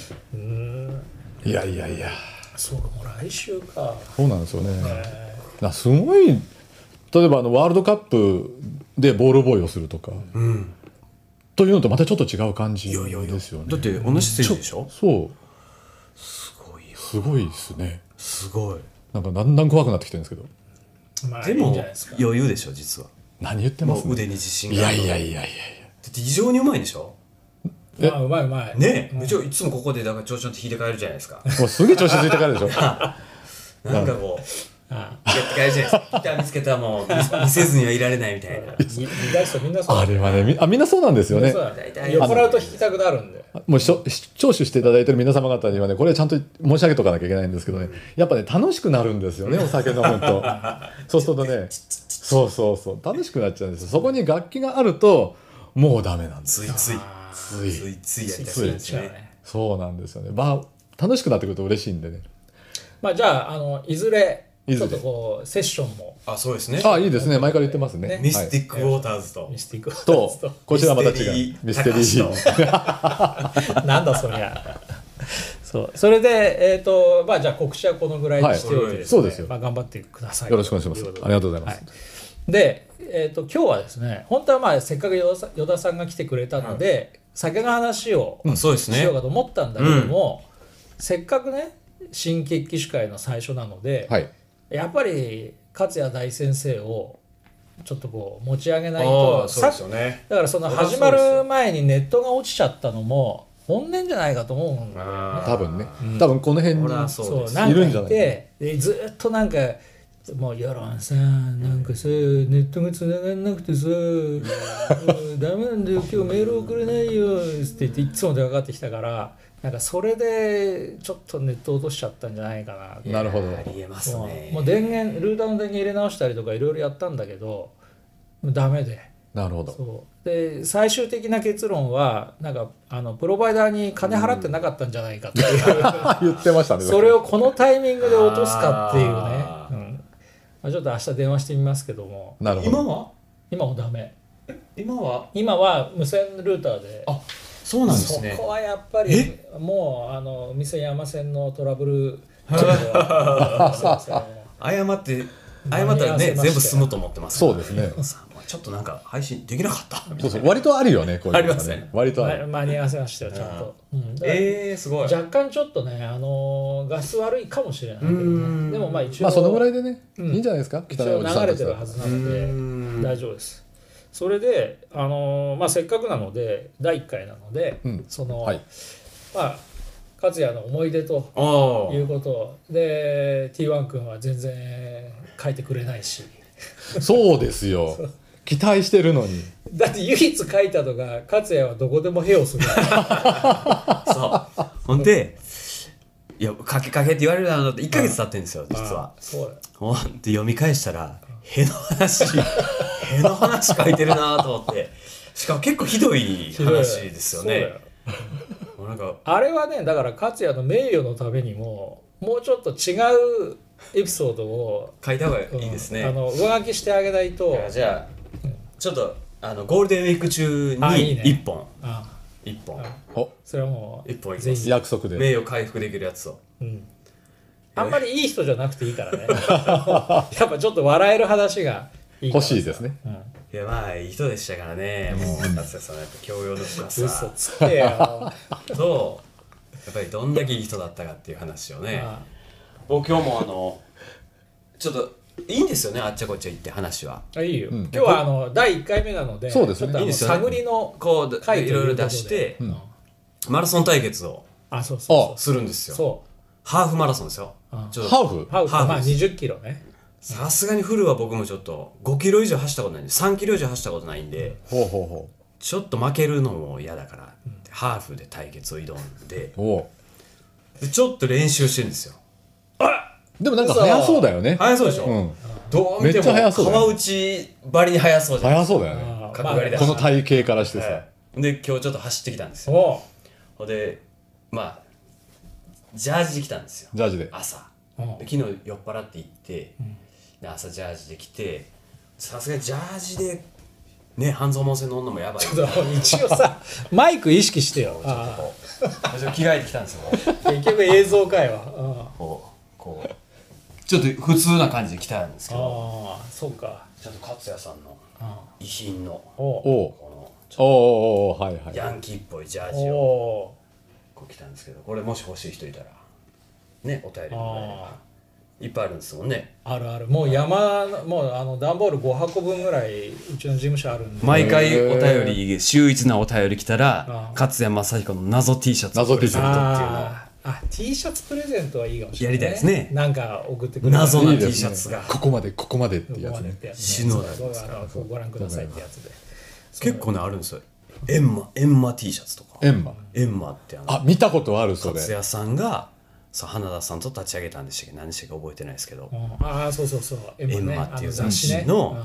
Speaker 3: いやいやいや。
Speaker 1: そうかもう来週か
Speaker 3: そうなんですよね。なすごい例えばあのワールドカップでボールボーイをするとか、
Speaker 2: うん
Speaker 3: というのとまたちょっと違う感じですよね。
Speaker 4: だって同じステージでしょ
Speaker 3: そう
Speaker 2: すごいよ
Speaker 3: すごいですね。
Speaker 2: すごい
Speaker 3: なんかだんだん怖くなってきてるんですけど
Speaker 1: まあい
Speaker 4: で
Speaker 1: いん
Speaker 4: も
Speaker 1: じゃないですか
Speaker 4: 余裕でしょ、実は。
Speaker 3: 何言ってま
Speaker 2: も
Speaker 3: す、
Speaker 2: う腕に自信
Speaker 3: い
Speaker 2: があ
Speaker 3: や
Speaker 2: る
Speaker 3: いや
Speaker 2: だ
Speaker 3: いやいやい
Speaker 2: って異常にうまいんでしょ
Speaker 3: え
Speaker 1: まあうまいうまい
Speaker 2: ねえ、うちはいつもここでだから調子乗って引いて帰るじゃないですか
Speaker 3: や。もうすげえ調子ついてか らでしょ。
Speaker 2: なんかこう
Speaker 1: あ
Speaker 2: やって帰るじゃないですかギター見つけたらもう見見せずにはいられないみたい な
Speaker 1: 見見出すとみんなそう
Speaker 3: あれはねみあみんなそうなんですよ
Speaker 1: みんな
Speaker 3: ね
Speaker 1: そう。だね
Speaker 2: 大体
Speaker 1: 酔っ払うと弾きたくなるんで
Speaker 3: もうしょし聴取していただいてる皆様方にはねこれちゃんと申し上げとかなきゃいけないんですけどねやっぱね楽しくなるんですよねお酒飲む とそうするとねそうそうそう楽しくなっちゃうんですよそこに楽器があるともうダメなんです
Speaker 2: ついつい
Speaker 3: つ
Speaker 2: つ
Speaker 3: い
Speaker 2: いついやりたくなるんですよね
Speaker 3: そうなんですよねまあ楽しくなってくると嬉しいんでね
Speaker 1: まあじゃああのいずれ
Speaker 3: い
Speaker 1: ち
Speaker 3: ず
Speaker 1: ょ
Speaker 3: れ
Speaker 1: っとこうセッションも
Speaker 2: あそうですね
Speaker 3: あいいですね前から言ってますね
Speaker 1: ね
Speaker 2: ミステ
Speaker 3: ィ
Speaker 2: ィック・ウォーターズと
Speaker 1: 見せていく
Speaker 3: とこちらはまた違う
Speaker 2: ミ
Speaker 3: ミ
Speaker 2: ス
Speaker 3: ス
Speaker 2: テ
Speaker 3: テ
Speaker 2: リ
Speaker 3: リ
Speaker 2: ー
Speaker 3: ー
Speaker 1: なんだそりゃ。そうそれで、えっとまあ、じゃあ告知はこのぐらいにしておいて、
Speaker 2: はい
Speaker 3: そうですよ
Speaker 1: まあ、頑張ってください
Speaker 3: よろしくお願いします
Speaker 1: とうことで
Speaker 3: ありがとうございます
Speaker 1: はいで、えっと今日はですね本当はまあせっかく与田さん与田さんが来てくれたので、酒の話を
Speaker 2: あそうです
Speaker 1: し
Speaker 2: ね
Speaker 1: ようかと思ったんだけども、せっかくね新血起手会の最初なので、
Speaker 3: はい
Speaker 1: やっぱり勝谷大先生をちょっとこう持ち上げない
Speaker 2: あ
Speaker 1: と
Speaker 2: あそう
Speaker 1: さ
Speaker 2: ですよね
Speaker 1: だからその始まる前にネットが落ちちゃったのも本音じゃないかと思うんだよ
Speaker 2: あ
Speaker 3: 多分ね多分この辺に
Speaker 2: ほらそう
Speaker 1: そう
Speaker 2: です
Speaker 1: なん
Speaker 3: いるんじ
Speaker 1: か
Speaker 3: ゃ
Speaker 1: い
Speaker 3: ない
Speaker 1: てでずっとなんかもう世論さなんかさネットがつながんなくてさもうダメなんだよ今日メール送れないよって言っていつも電話かかってきたからなんかそれでちょっとネット落としちゃったんじゃないかなって
Speaker 3: なるほど
Speaker 2: ありえます
Speaker 1: も
Speaker 2: ね
Speaker 1: うもう電源ルーターの電源入れ直したりとかいろいろやったんだけどもうダメで。
Speaker 3: なるほど
Speaker 1: そうで最終的な結論はなんかあのプロバイダーに金払ってなかったんじゃないかって いう、
Speaker 3: あ 言ってましたね
Speaker 1: それをこのタイミングで落とすかっていうね、うん
Speaker 2: あー
Speaker 1: まあ、ちょっと明日電話してみますけども
Speaker 3: なるほ
Speaker 2: 今
Speaker 3: ど
Speaker 2: は
Speaker 1: 今もダメ
Speaker 2: 今は
Speaker 1: 今は無線ルーターで
Speaker 2: あそうなんです
Speaker 1: そ
Speaker 2: ね
Speaker 1: こはやっぱりもうあの店山線のトラブ ルちょっとすいません
Speaker 2: 謝って謝ったらね全部済むと思ってます
Speaker 3: そうですね
Speaker 2: さあもうちょっとなんか配信できなかったみた
Speaker 3: そ
Speaker 2: いうな
Speaker 3: そう割とあるよねこういうのが
Speaker 2: ありますね
Speaker 3: 割とある
Speaker 1: ま間に合わせましたよちょっと、うんだから
Speaker 2: えー、すごい
Speaker 1: 若干ちょっとね、あのー画質悪いかもしれないけど、
Speaker 2: うん
Speaker 1: ね、でもまあ一応、
Speaker 3: まあそのぐら
Speaker 1: い
Speaker 3: いでね、
Speaker 1: うん
Speaker 3: いいんじゃないですか
Speaker 1: 一
Speaker 3: 北
Speaker 1: 応
Speaker 3: のおじさん
Speaker 1: 流れて
Speaker 3: として
Speaker 1: る
Speaker 3: は
Speaker 1: はずなの
Speaker 2: う
Speaker 1: で
Speaker 2: ん
Speaker 1: 大丈夫ですそれで、あのーまあ、せっかくなので第1回なので、
Speaker 3: うん
Speaker 1: その、
Speaker 3: はい
Speaker 1: まあ和也の思い出と
Speaker 2: あ
Speaker 1: いうことをで T1 君は全然書いてくれないし
Speaker 3: そうですよ期待してるのに
Speaker 1: だって唯一書いたのが勝也はどこでもヘをする
Speaker 2: あそうほんでいやかけかけって言われるだろうなって1か月経ってるんですよ実は
Speaker 1: そうだ
Speaker 2: ほんで読み返したらへの話 への話書いてるなと思ってしかも結構ひどい
Speaker 1: ひどい
Speaker 2: 話ですよ
Speaker 1: そうだ
Speaker 2: ねもうなんか
Speaker 1: あれはねだから勝也の名誉のためにももうちょっと違うエピソードを
Speaker 2: 書いた方がいいですね、
Speaker 1: うんあの上書きしてあげないと
Speaker 2: いやじゃあちょっとあのゴールデンウィーク中に
Speaker 1: あいいね
Speaker 2: 1本
Speaker 1: あ
Speaker 2: 一本
Speaker 3: お
Speaker 1: それはもう
Speaker 2: 一本いき
Speaker 1: ぜ
Speaker 2: ま
Speaker 1: ひ、
Speaker 3: 約束で
Speaker 2: 名誉回復できるやつを
Speaker 1: うん、あんまりいい人じゃなくていいからね やっぱちょっと笑える話がいいからさ
Speaker 3: 欲しいですね
Speaker 1: うん
Speaker 2: いやまあいい人でしたからねもう達也さんのやっぱ教養の深
Speaker 1: 嘘
Speaker 2: さ
Speaker 1: つけ よ、ま
Speaker 2: とやっぱりどんだけいい人だったかっていう話をね
Speaker 1: あ
Speaker 2: 僕今日もあのちょっといいんですよねあっちゃこっちゃ行って話は
Speaker 1: あいいよ、今日はあの第1回目なので
Speaker 3: そうです
Speaker 1: ち
Speaker 3: ね
Speaker 1: ょっとあの
Speaker 2: いいですよね
Speaker 1: 探りの
Speaker 2: こう
Speaker 1: 回
Speaker 2: いろいろ出して
Speaker 1: ということで
Speaker 2: マラソン対決を
Speaker 1: あそうそ
Speaker 2: するんです
Speaker 1: う
Speaker 2: よ
Speaker 1: そ
Speaker 2: ハーフマラソンですよ
Speaker 1: あ
Speaker 2: ちょっ
Speaker 3: ハ
Speaker 2: と
Speaker 3: ーフ
Speaker 1: うハウ
Speaker 2: ハーフ
Speaker 1: まあ2 0キロね
Speaker 2: さすがにフルは僕もちょっと5キロ以上走ったことないんで3キロ以上走ったことないんで
Speaker 3: ほうほうほ
Speaker 2: ちょっと負けるのも嫌だからハーフで対決を挑んで
Speaker 3: うお
Speaker 2: でちょっと練習してるんですよ
Speaker 3: うでもなんか速そうだよね
Speaker 2: 速そうでしょ、
Speaker 3: うん
Speaker 2: どう見
Speaker 3: め
Speaker 2: て
Speaker 3: っちゃ速
Speaker 2: も
Speaker 3: そうだよ
Speaker 2: 川内ばりに速そうじゃん
Speaker 3: 速そうだよね
Speaker 1: あー
Speaker 2: 角刈りだし
Speaker 3: この体型からして
Speaker 2: は
Speaker 3: さ
Speaker 2: いで今日ちょっと走ってきたんですよ
Speaker 1: そ
Speaker 2: ほんでまあジャージで来たんですよ
Speaker 3: ジャージで
Speaker 2: 朝
Speaker 1: う、うん
Speaker 2: で昨日酔っ払って行って、で朝ジャージで来てさすがにジャージでね半蔵門線乗んのもやばい
Speaker 1: ちょっと一応さマイク意識してよあ
Speaker 2: 私は着替えてきたんですよ
Speaker 1: ー結局映像会は
Speaker 2: こうこうちょっと普通な感じで来たんですけど
Speaker 1: ああそうか
Speaker 2: ちょっと勝也さんの
Speaker 1: うん
Speaker 2: 遺品の
Speaker 1: おう
Speaker 3: おう
Speaker 2: このち
Speaker 3: お
Speaker 2: ょっ
Speaker 3: うおうおうはい
Speaker 2: と
Speaker 3: はい
Speaker 2: ヤンキーっぽいジャージを
Speaker 1: お
Speaker 2: こう来たんですけどこれもし欲しい人いたらねお便りもらえれば
Speaker 1: あ
Speaker 2: いっぱいあるんですもんね
Speaker 1: ーあるあるもう山のもうあの段ボール5箱分ぐらいうちの事務所あるんで
Speaker 2: 毎回お便り秀逸なお便り来たら
Speaker 1: あ
Speaker 2: 勝谷正彦の謎 T シャツを
Speaker 3: 謎
Speaker 2: プレゼントっていうのは
Speaker 1: あーあ T シャツプレゼントはいいかもしれない、
Speaker 2: やりたいですね
Speaker 1: なんか送ってくれ
Speaker 2: 謎
Speaker 3: い
Speaker 2: ない T
Speaker 3: です
Speaker 2: シ
Speaker 3: ね
Speaker 2: ャツが
Speaker 3: ここまでここまでってやつね
Speaker 2: 死ぬわけ
Speaker 1: そう
Speaker 2: で
Speaker 1: そうあのそうご覧くださいってやつで
Speaker 2: 結構ねあるんですよエンマエンマ T シャツとか
Speaker 3: エンマ
Speaker 2: エンマってあの
Speaker 3: あ見たことあるそれ
Speaker 2: 勝也さんがそう花田さんと立ち上げたんでしたっけ何でしたっけ覚えてないですけど
Speaker 1: うんああそうそうそう「エ
Speaker 2: エンマっていう雑誌の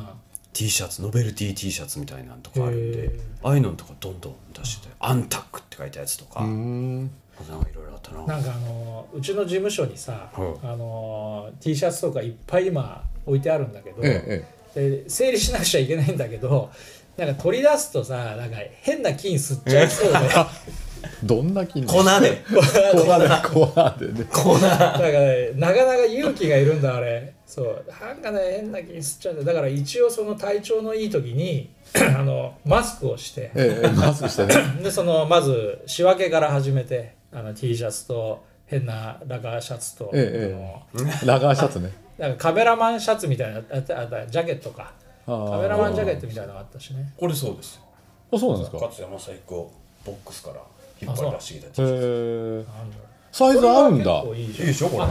Speaker 2: T シャツノベルティ T シャツみたいなのとかあるん
Speaker 1: へ
Speaker 2: で
Speaker 1: ー
Speaker 2: ああいうのとかどんどん出してて「アンタック」って書いたやつとか
Speaker 3: うーん
Speaker 2: なんかいろいろあったな
Speaker 1: なんかあのうちの事務所にさ、
Speaker 2: はい
Speaker 1: あの T シャツとかいっぱい今置いてあるんだけど、
Speaker 3: えええ
Speaker 1: で整理しなくちゃいけないんだけどなんか取り出すとさなんか変な菌吸っちゃいそうでだか
Speaker 3: えどんな筋肉
Speaker 2: 粉で
Speaker 3: 粉で粉でね
Speaker 1: ら、ね、 なかなか勇気がいるんだあれそうなんかね変な菌吸っちゃうんだだから一応その体調のいい時に あのマスクをして
Speaker 3: ええええマスクしてね
Speaker 1: でそのまず仕分けから始めてあの T シャツと変なラガーシャツと、
Speaker 3: ええ
Speaker 1: あの
Speaker 3: ラガーシャツね
Speaker 1: なんかカメラマンシャツみたいなあったあったジャケットか
Speaker 3: あー
Speaker 1: カメラマンジャケットみたいなのがあったしね
Speaker 2: これそうですよ
Speaker 3: あそうなんですか
Speaker 2: 勝山最高ボックスから引っ張り出してきたやつ
Speaker 3: へえ
Speaker 1: なんだろう
Speaker 3: サイズ合うん
Speaker 1: こ
Speaker 3: だ
Speaker 1: れは結構いいじ
Speaker 2: いい
Speaker 1: ゃん
Speaker 2: でしょこれ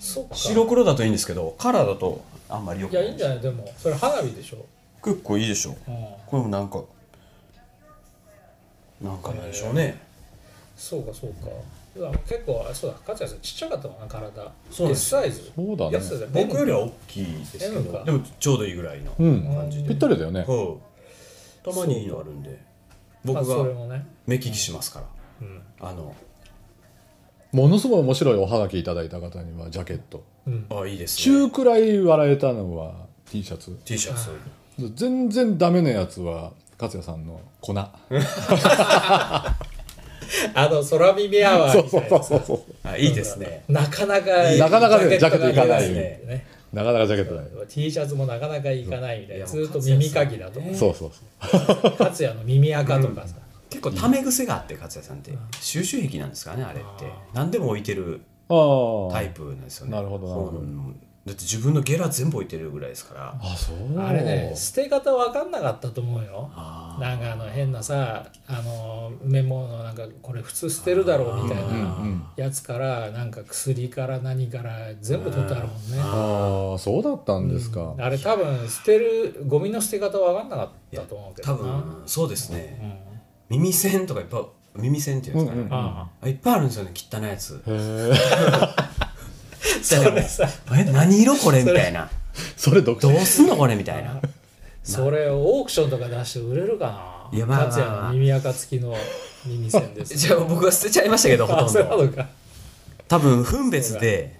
Speaker 1: そっか
Speaker 2: 白黒だといいんですけどカラーだとあんまりよく
Speaker 1: いやいいんじゃないでもそれ花火でしょ、
Speaker 2: 結構いいでしょ
Speaker 1: うん、
Speaker 2: これもなんかなんかないでしょうね
Speaker 1: そうかそうかうわ結構あそうだ勝谷さんちっちゃかったもんな体
Speaker 2: そうなんです
Speaker 1: S サイズ
Speaker 3: そうだね
Speaker 1: やつだよ
Speaker 2: 僕よりは大きいですけ
Speaker 1: M か
Speaker 2: どでもちょうどいいぐらいの
Speaker 3: う
Speaker 2: 感
Speaker 3: ん
Speaker 2: じで
Speaker 3: ぴったりだよね
Speaker 2: はいたまにいいのあるんで
Speaker 1: まあ
Speaker 2: 僕
Speaker 1: それ
Speaker 2: が
Speaker 1: もね、
Speaker 2: 目利きしますから
Speaker 1: うん
Speaker 2: あの
Speaker 3: ものすごい面白いおはがきいただいた方にはジャケット
Speaker 1: うん、
Speaker 2: あいいですね
Speaker 3: 中くらい笑えたのは T シャツ
Speaker 2: T シャツ
Speaker 3: 全然ダメなやつは勝也さんの粉
Speaker 1: あの空耳アワー
Speaker 3: そう
Speaker 1: みた
Speaker 3: そ
Speaker 1: いうな
Speaker 3: そうそうそう
Speaker 2: あいいですね
Speaker 1: なかなか
Speaker 3: なかなかね
Speaker 1: ジャケットが
Speaker 3: ジャケットいかない
Speaker 1: 出せってね
Speaker 3: なかなかジャケットない
Speaker 1: T シャツもなかなかいかないみたいな
Speaker 2: いや
Speaker 1: ずっと耳かきだと
Speaker 2: も
Speaker 3: そうそうそう
Speaker 1: 勝也の耳垢とかさ、
Speaker 2: 結構ため癖があって勝也さんって収集癖なんですかねあれって何でも置いてる
Speaker 3: ああ
Speaker 2: タイプなんですよね
Speaker 3: なるほどなるほど
Speaker 2: うんだって自分のゲラ全部置いてるぐらいですから
Speaker 3: あそう
Speaker 1: あれね捨て方分かんなかったと思うよ
Speaker 2: あ
Speaker 1: なんかあの変なさあのメモのなんかこれ普通捨てるだろうみたい
Speaker 3: うんう
Speaker 1: なんやつからなんか薬から何から全部取ってあるもんね
Speaker 3: ああそうだったんですか
Speaker 1: あれ多分捨てるゴミの捨て方分かんなかったと思うけど
Speaker 2: 多
Speaker 1: な
Speaker 2: 分そうです
Speaker 1: う
Speaker 2: ね
Speaker 1: ん
Speaker 2: 耳栓とかいっぱい耳栓っていうんですか
Speaker 3: うんうん
Speaker 2: ね
Speaker 1: あ
Speaker 2: あいっぱいあるんですよね汚いや つ
Speaker 3: へえ
Speaker 1: それさ
Speaker 2: え何色これみたいな
Speaker 3: それ独
Speaker 2: どう
Speaker 3: 特
Speaker 2: すんのこれみたいな
Speaker 1: それオークションとか出して売れるかない
Speaker 2: やまあ
Speaker 1: 達也の耳垢付きの耳栓です
Speaker 2: じ ゃあ僕は捨てちゃいましたけどほ
Speaker 1: あ
Speaker 2: とん
Speaker 1: そういうこ
Speaker 2: ど
Speaker 1: とか
Speaker 2: 多分分別で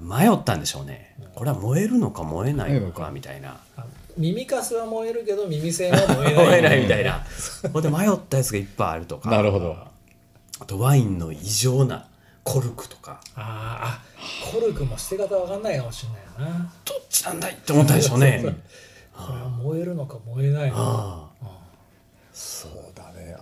Speaker 1: うん
Speaker 2: 迷ったんでしょうねこれは燃えるのか燃えないのかみたいな
Speaker 1: あ耳かすは燃えるけど耳栓は燃えない
Speaker 2: 燃えないみたいなほんで迷ったやつがいっぱいあるとか
Speaker 3: なるほど
Speaker 2: あとワインの異常なコルクとか
Speaker 1: あーあコルクも捨て方わかんないかもしれないよな
Speaker 2: どっちなんだいって思ったでしょう ね
Speaker 1: そうそうそうこれは燃えるのか燃えないのか
Speaker 2: ああ
Speaker 3: そうだね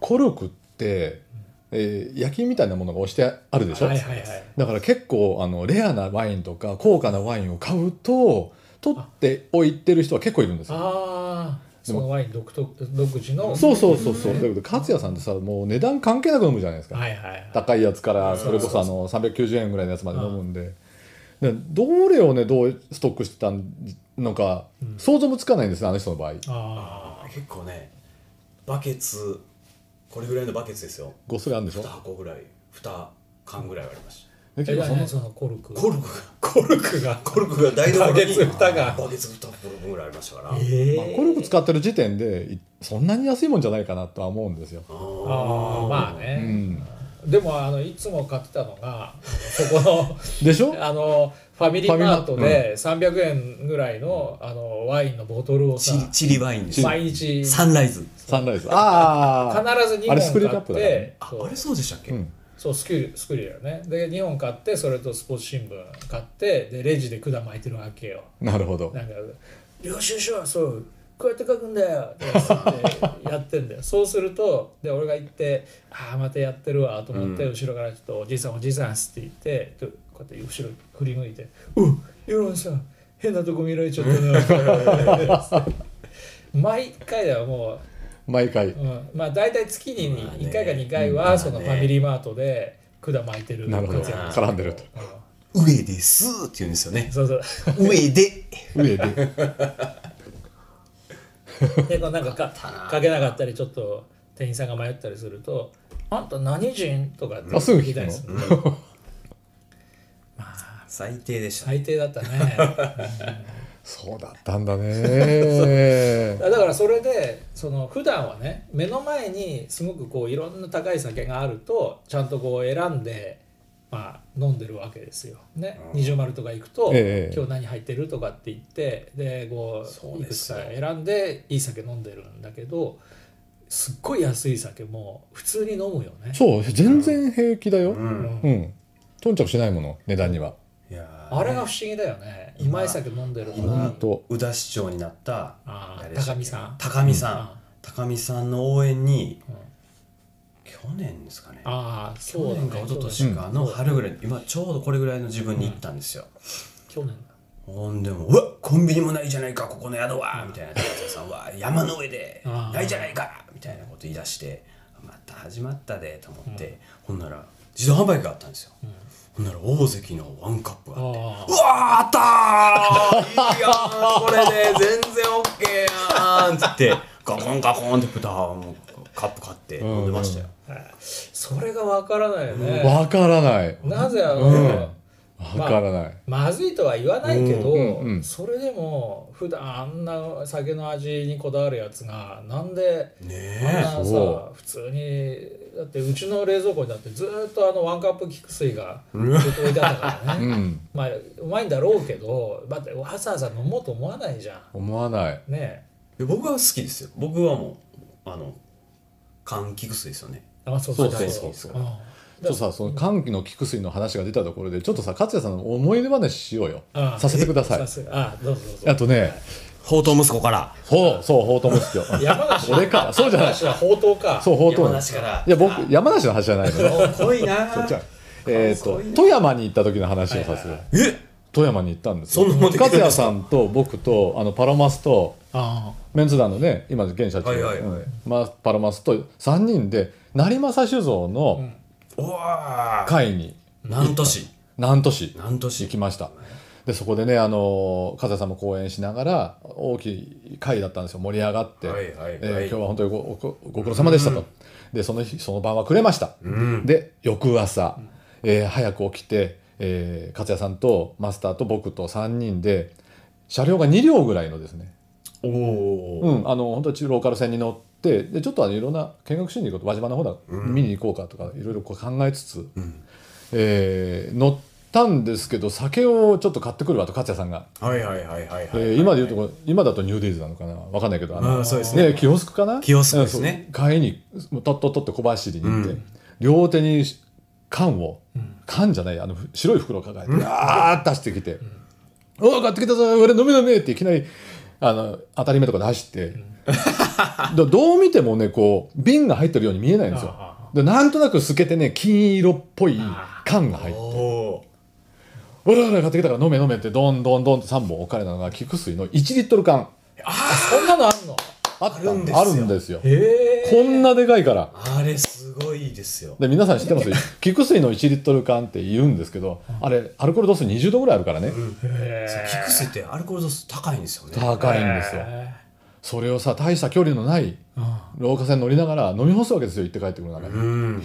Speaker 3: コルクって、えー焼きみたいなものが押してあるでしょ、
Speaker 1: はいはいはい
Speaker 3: だから結構あのレアなワインとか高価なワインを買うと取っておいてる人は結構いるんですよ
Speaker 1: あそのワイン独特独自の
Speaker 3: そうそうそうそうだけど勝也さんってさもう値段関係なく飲むじゃないですか、
Speaker 1: はいはいはい
Speaker 3: 高いやつからそれこそあの390円ぐらいのやつまで飲むんででどれをねどうストックしてたのか想像もつかないんですねあの人の場合
Speaker 1: あ
Speaker 2: あ結構ねバケツこれぐらいのバケツですよ
Speaker 3: ごっそりあるんでしょ
Speaker 2: 2箱ぐらい2缶ぐらいありまし
Speaker 3: で
Speaker 1: あ
Speaker 3: 結
Speaker 1: え
Speaker 3: 構そ
Speaker 1: 何
Speaker 3: の
Speaker 1: そのコルク
Speaker 2: たコルクがコルクがコルクが台所に
Speaker 1: バケツ蓋が
Speaker 2: バケツ2袋ぐらいありましたから、
Speaker 1: え
Speaker 3: まあコルク使ってる時点でいそんなに安いもんじゃないかなとは思うんですよ。
Speaker 1: ああまあね、
Speaker 3: うん
Speaker 1: でもあのいつも買ってたのがそこの
Speaker 3: でしょ
Speaker 1: あのファミリーマートで300円ぐらいのあのワインのボトルをさ
Speaker 4: チリチリワインです
Speaker 1: 毎日必
Speaker 4: サンライズ
Speaker 3: サンライズ。ああ。
Speaker 1: ず2
Speaker 3: あれスクリュー
Speaker 1: 本
Speaker 3: カ
Speaker 1: 買っ
Speaker 3: ップだからね
Speaker 1: て
Speaker 4: あ
Speaker 1: そう
Speaker 4: あれそうでしたっけ、
Speaker 3: うん
Speaker 1: そうスクリュースクリューだよねで2本買ってそれとスポーツ新聞買ってでレジで管巻いてるわけよ
Speaker 3: なるほど。
Speaker 1: なんか「領収書はそうこうやって書くんだよ」ってやってんだよそうするとで俺が行って「ああまたやってるわ」と思って、後ろからちょっと「おじいさんおじいさん」っつって言ってでこうやって後ろ振り向いて「うっ世論さん変なとこ見られちゃったな」毎回だよもう
Speaker 3: 毎回。
Speaker 1: うん、まあ大体月に1回か2回はそのファミリーマートで管巻いてる
Speaker 3: なるほど。
Speaker 1: やつや
Speaker 3: 絡んでる と。
Speaker 4: 上ですって言うんですよね
Speaker 1: そうそう
Speaker 4: 上で
Speaker 3: 上で。
Speaker 1: でこうなんかかかけなかったりちょっと店員さんが迷ったりすると「あんた何人?」とか
Speaker 3: あすぐ聞くの
Speaker 1: たりする
Speaker 2: 最低でし
Speaker 1: 最低だったね
Speaker 3: そうだったんだね。
Speaker 1: だからそれでその普段はね目の前にすごくこういろんな高い酒があるとちゃんとこう選んで、まあ、飲んでるわけですよ。ね、二重丸とか行くと、
Speaker 3: ええ
Speaker 1: 今日何入ってるとかって言ってでこ
Speaker 2: そうう
Speaker 1: いく
Speaker 2: で
Speaker 1: つ
Speaker 2: す
Speaker 1: か
Speaker 2: よ
Speaker 1: 選んでいい酒飲んでるんだけどすっごい安い酒も普通に飲むよね。
Speaker 3: そう、全然平気だよ。
Speaker 2: ん
Speaker 3: うん。頓着しないもの、値段には。
Speaker 2: いやー
Speaker 1: あれが不思議だよね。う
Speaker 2: 今
Speaker 1: まい酒飲んでるのに
Speaker 3: 本当。
Speaker 2: 宇田市長になった
Speaker 1: あー
Speaker 2: 誰でした
Speaker 1: 高
Speaker 2: っけ
Speaker 1: 見さん
Speaker 2: 高見さん、
Speaker 1: うん
Speaker 2: 高見さんの応援に、
Speaker 1: うん
Speaker 2: 去年ですかね
Speaker 1: ああ、そう
Speaker 2: 去
Speaker 1: だ
Speaker 2: 年
Speaker 1: ね。
Speaker 2: か一昨年かの春ぐらい、今ちょうどこれぐらいの自分に行ったんですよ、
Speaker 1: 去年だ。
Speaker 2: ほんでもうわコンビニもないじゃないかここの宿はみたいな店長さんは山の上で
Speaker 1: あー
Speaker 2: ないじゃないかみたいなこと言い出してまた始まったでと思って、ほんなら自動販売機があったんですよ、ほんなら大関のワンカップがあっ
Speaker 1: あ
Speaker 2: てうわーあったーいいやんこれで全然オッケーやんっつってガコンガコンって蓋をカップ買って飲んでましたよ、
Speaker 1: あ、それがわからないよね。
Speaker 3: わからない。
Speaker 1: なぜあ
Speaker 3: うん
Speaker 1: の、
Speaker 3: わからない。
Speaker 1: まずいとは言わないけど、
Speaker 3: うんうんうん
Speaker 1: それでも普段あんな酒の味にこだわるやつがなんで
Speaker 2: ね
Speaker 1: あんな
Speaker 2: え
Speaker 1: さ
Speaker 3: そ
Speaker 1: 普通にだってうちの冷蔵庫にだってずーっとあのワンカップ菊水がずっと置いてあったから
Speaker 3: う
Speaker 1: ね。
Speaker 3: ん。
Speaker 1: まあうまいんだろうけど、だってわざわざ飲もうと思わないじゃ
Speaker 3: 思わない。
Speaker 1: ん。ね
Speaker 2: で僕は好きですよ僕はもうあの柑橘水ですよね
Speaker 1: え。あ、そう
Speaker 3: そう
Speaker 2: そうそう
Speaker 1: うん
Speaker 3: ちょっとさ、その歓喜の菊水の話が出たところで、ちょっとさ、勝也さんの思い出話しようよ。
Speaker 1: ああ
Speaker 3: させてください
Speaker 1: さ。すあどうぞどうぞ
Speaker 3: あとね、
Speaker 4: 宝刀息子から
Speaker 3: そう、そう、ほうとう息子。
Speaker 1: 山梨
Speaker 3: 俺か、そうじゃない。
Speaker 1: 私は宝刀か
Speaker 3: そう、ほうとう。
Speaker 2: 山梨から
Speaker 3: いや、僕、山梨の話じゃないのよ。
Speaker 2: 濃いな
Speaker 3: じゃあえっ、と、富山に行った時の話をさせる。
Speaker 2: え
Speaker 3: 富山に行ったんですよ。
Speaker 2: そんなもんで行っ
Speaker 3: 勝
Speaker 2: てたんで
Speaker 3: 也
Speaker 2: すか
Speaker 3: さんと僕と、あの、パロマスと、
Speaker 1: あ
Speaker 3: メンツ団のね、今、現社長、
Speaker 2: はいはいはい
Speaker 3: うんまあパロマスと3人で、成政酒造の
Speaker 2: おわー
Speaker 3: 会に、
Speaker 2: 何年
Speaker 3: 南都市。
Speaker 2: 何年
Speaker 3: 行きましたでそこでねあの風さんも講演しながら大きい会だったんですよ盛り上がって、
Speaker 2: はいはいはい
Speaker 3: えー今日は本当にごごご苦労様でしたと、でその日その晩はくれました、で翌朝、えー早く起きて、えー、勝也さんとマスターと僕と3人で車両が2両ぐらいのですね
Speaker 2: おおー、
Speaker 3: うん、あの本当にローカル線に乗ってでちょっとあのいろんな見学しに行こうと輪島の方だ、見に行こうかとかいろいろこう考えつつ、えー乗ったんですけど酒をちょっと買ってくるわと勝也さんが、
Speaker 2: はいはいはいはいはい、
Speaker 3: えー今でいうとこ今だとニューデイズなのかなわかんないけどあの
Speaker 2: あーそうですね
Speaker 3: ねキオスクかな
Speaker 4: キオスクですね
Speaker 3: うんそう買いにもうとっとっとって小走りに行って、両手に缶を缶じゃないあの白い袋を抱えてあーっと走ってきて「おお買ってきたぞ俺飲め飲め」っていきなりあの当たり目とかで走って、 どどう見てもねこう瓶が入ってるように見えないんですよ
Speaker 1: あ
Speaker 3: でなんとなく透けてね金色っぽい缶が入って
Speaker 2: おお
Speaker 3: 「おらおら買ってきたから飲め飲め」ってどんどんどんと3本置かれたのが菊水の1リットル缶
Speaker 1: あそんなのあんの
Speaker 3: あった
Speaker 2: あるんですよ
Speaker 3: あるんですよ。
Speaker 2: へえ
Speaker 3: こんなでかいから。
Speaker 2: あれすごいですよ
Speaker 3: で皆さん知ってます 菊水の1リットル缶って言うんですけどあれアルコール度数20度ぐらいあるからね、
Speaker 2: そうキクスってアルコール度数高いんですよね
Speaker 3: 高いんですよ
Speaker 1: へ
Speaker 3: それをさ大した距離のない廊下線乗りながら飲み干すわけですよ行って帰ってくる中で、
Speaker 2: うん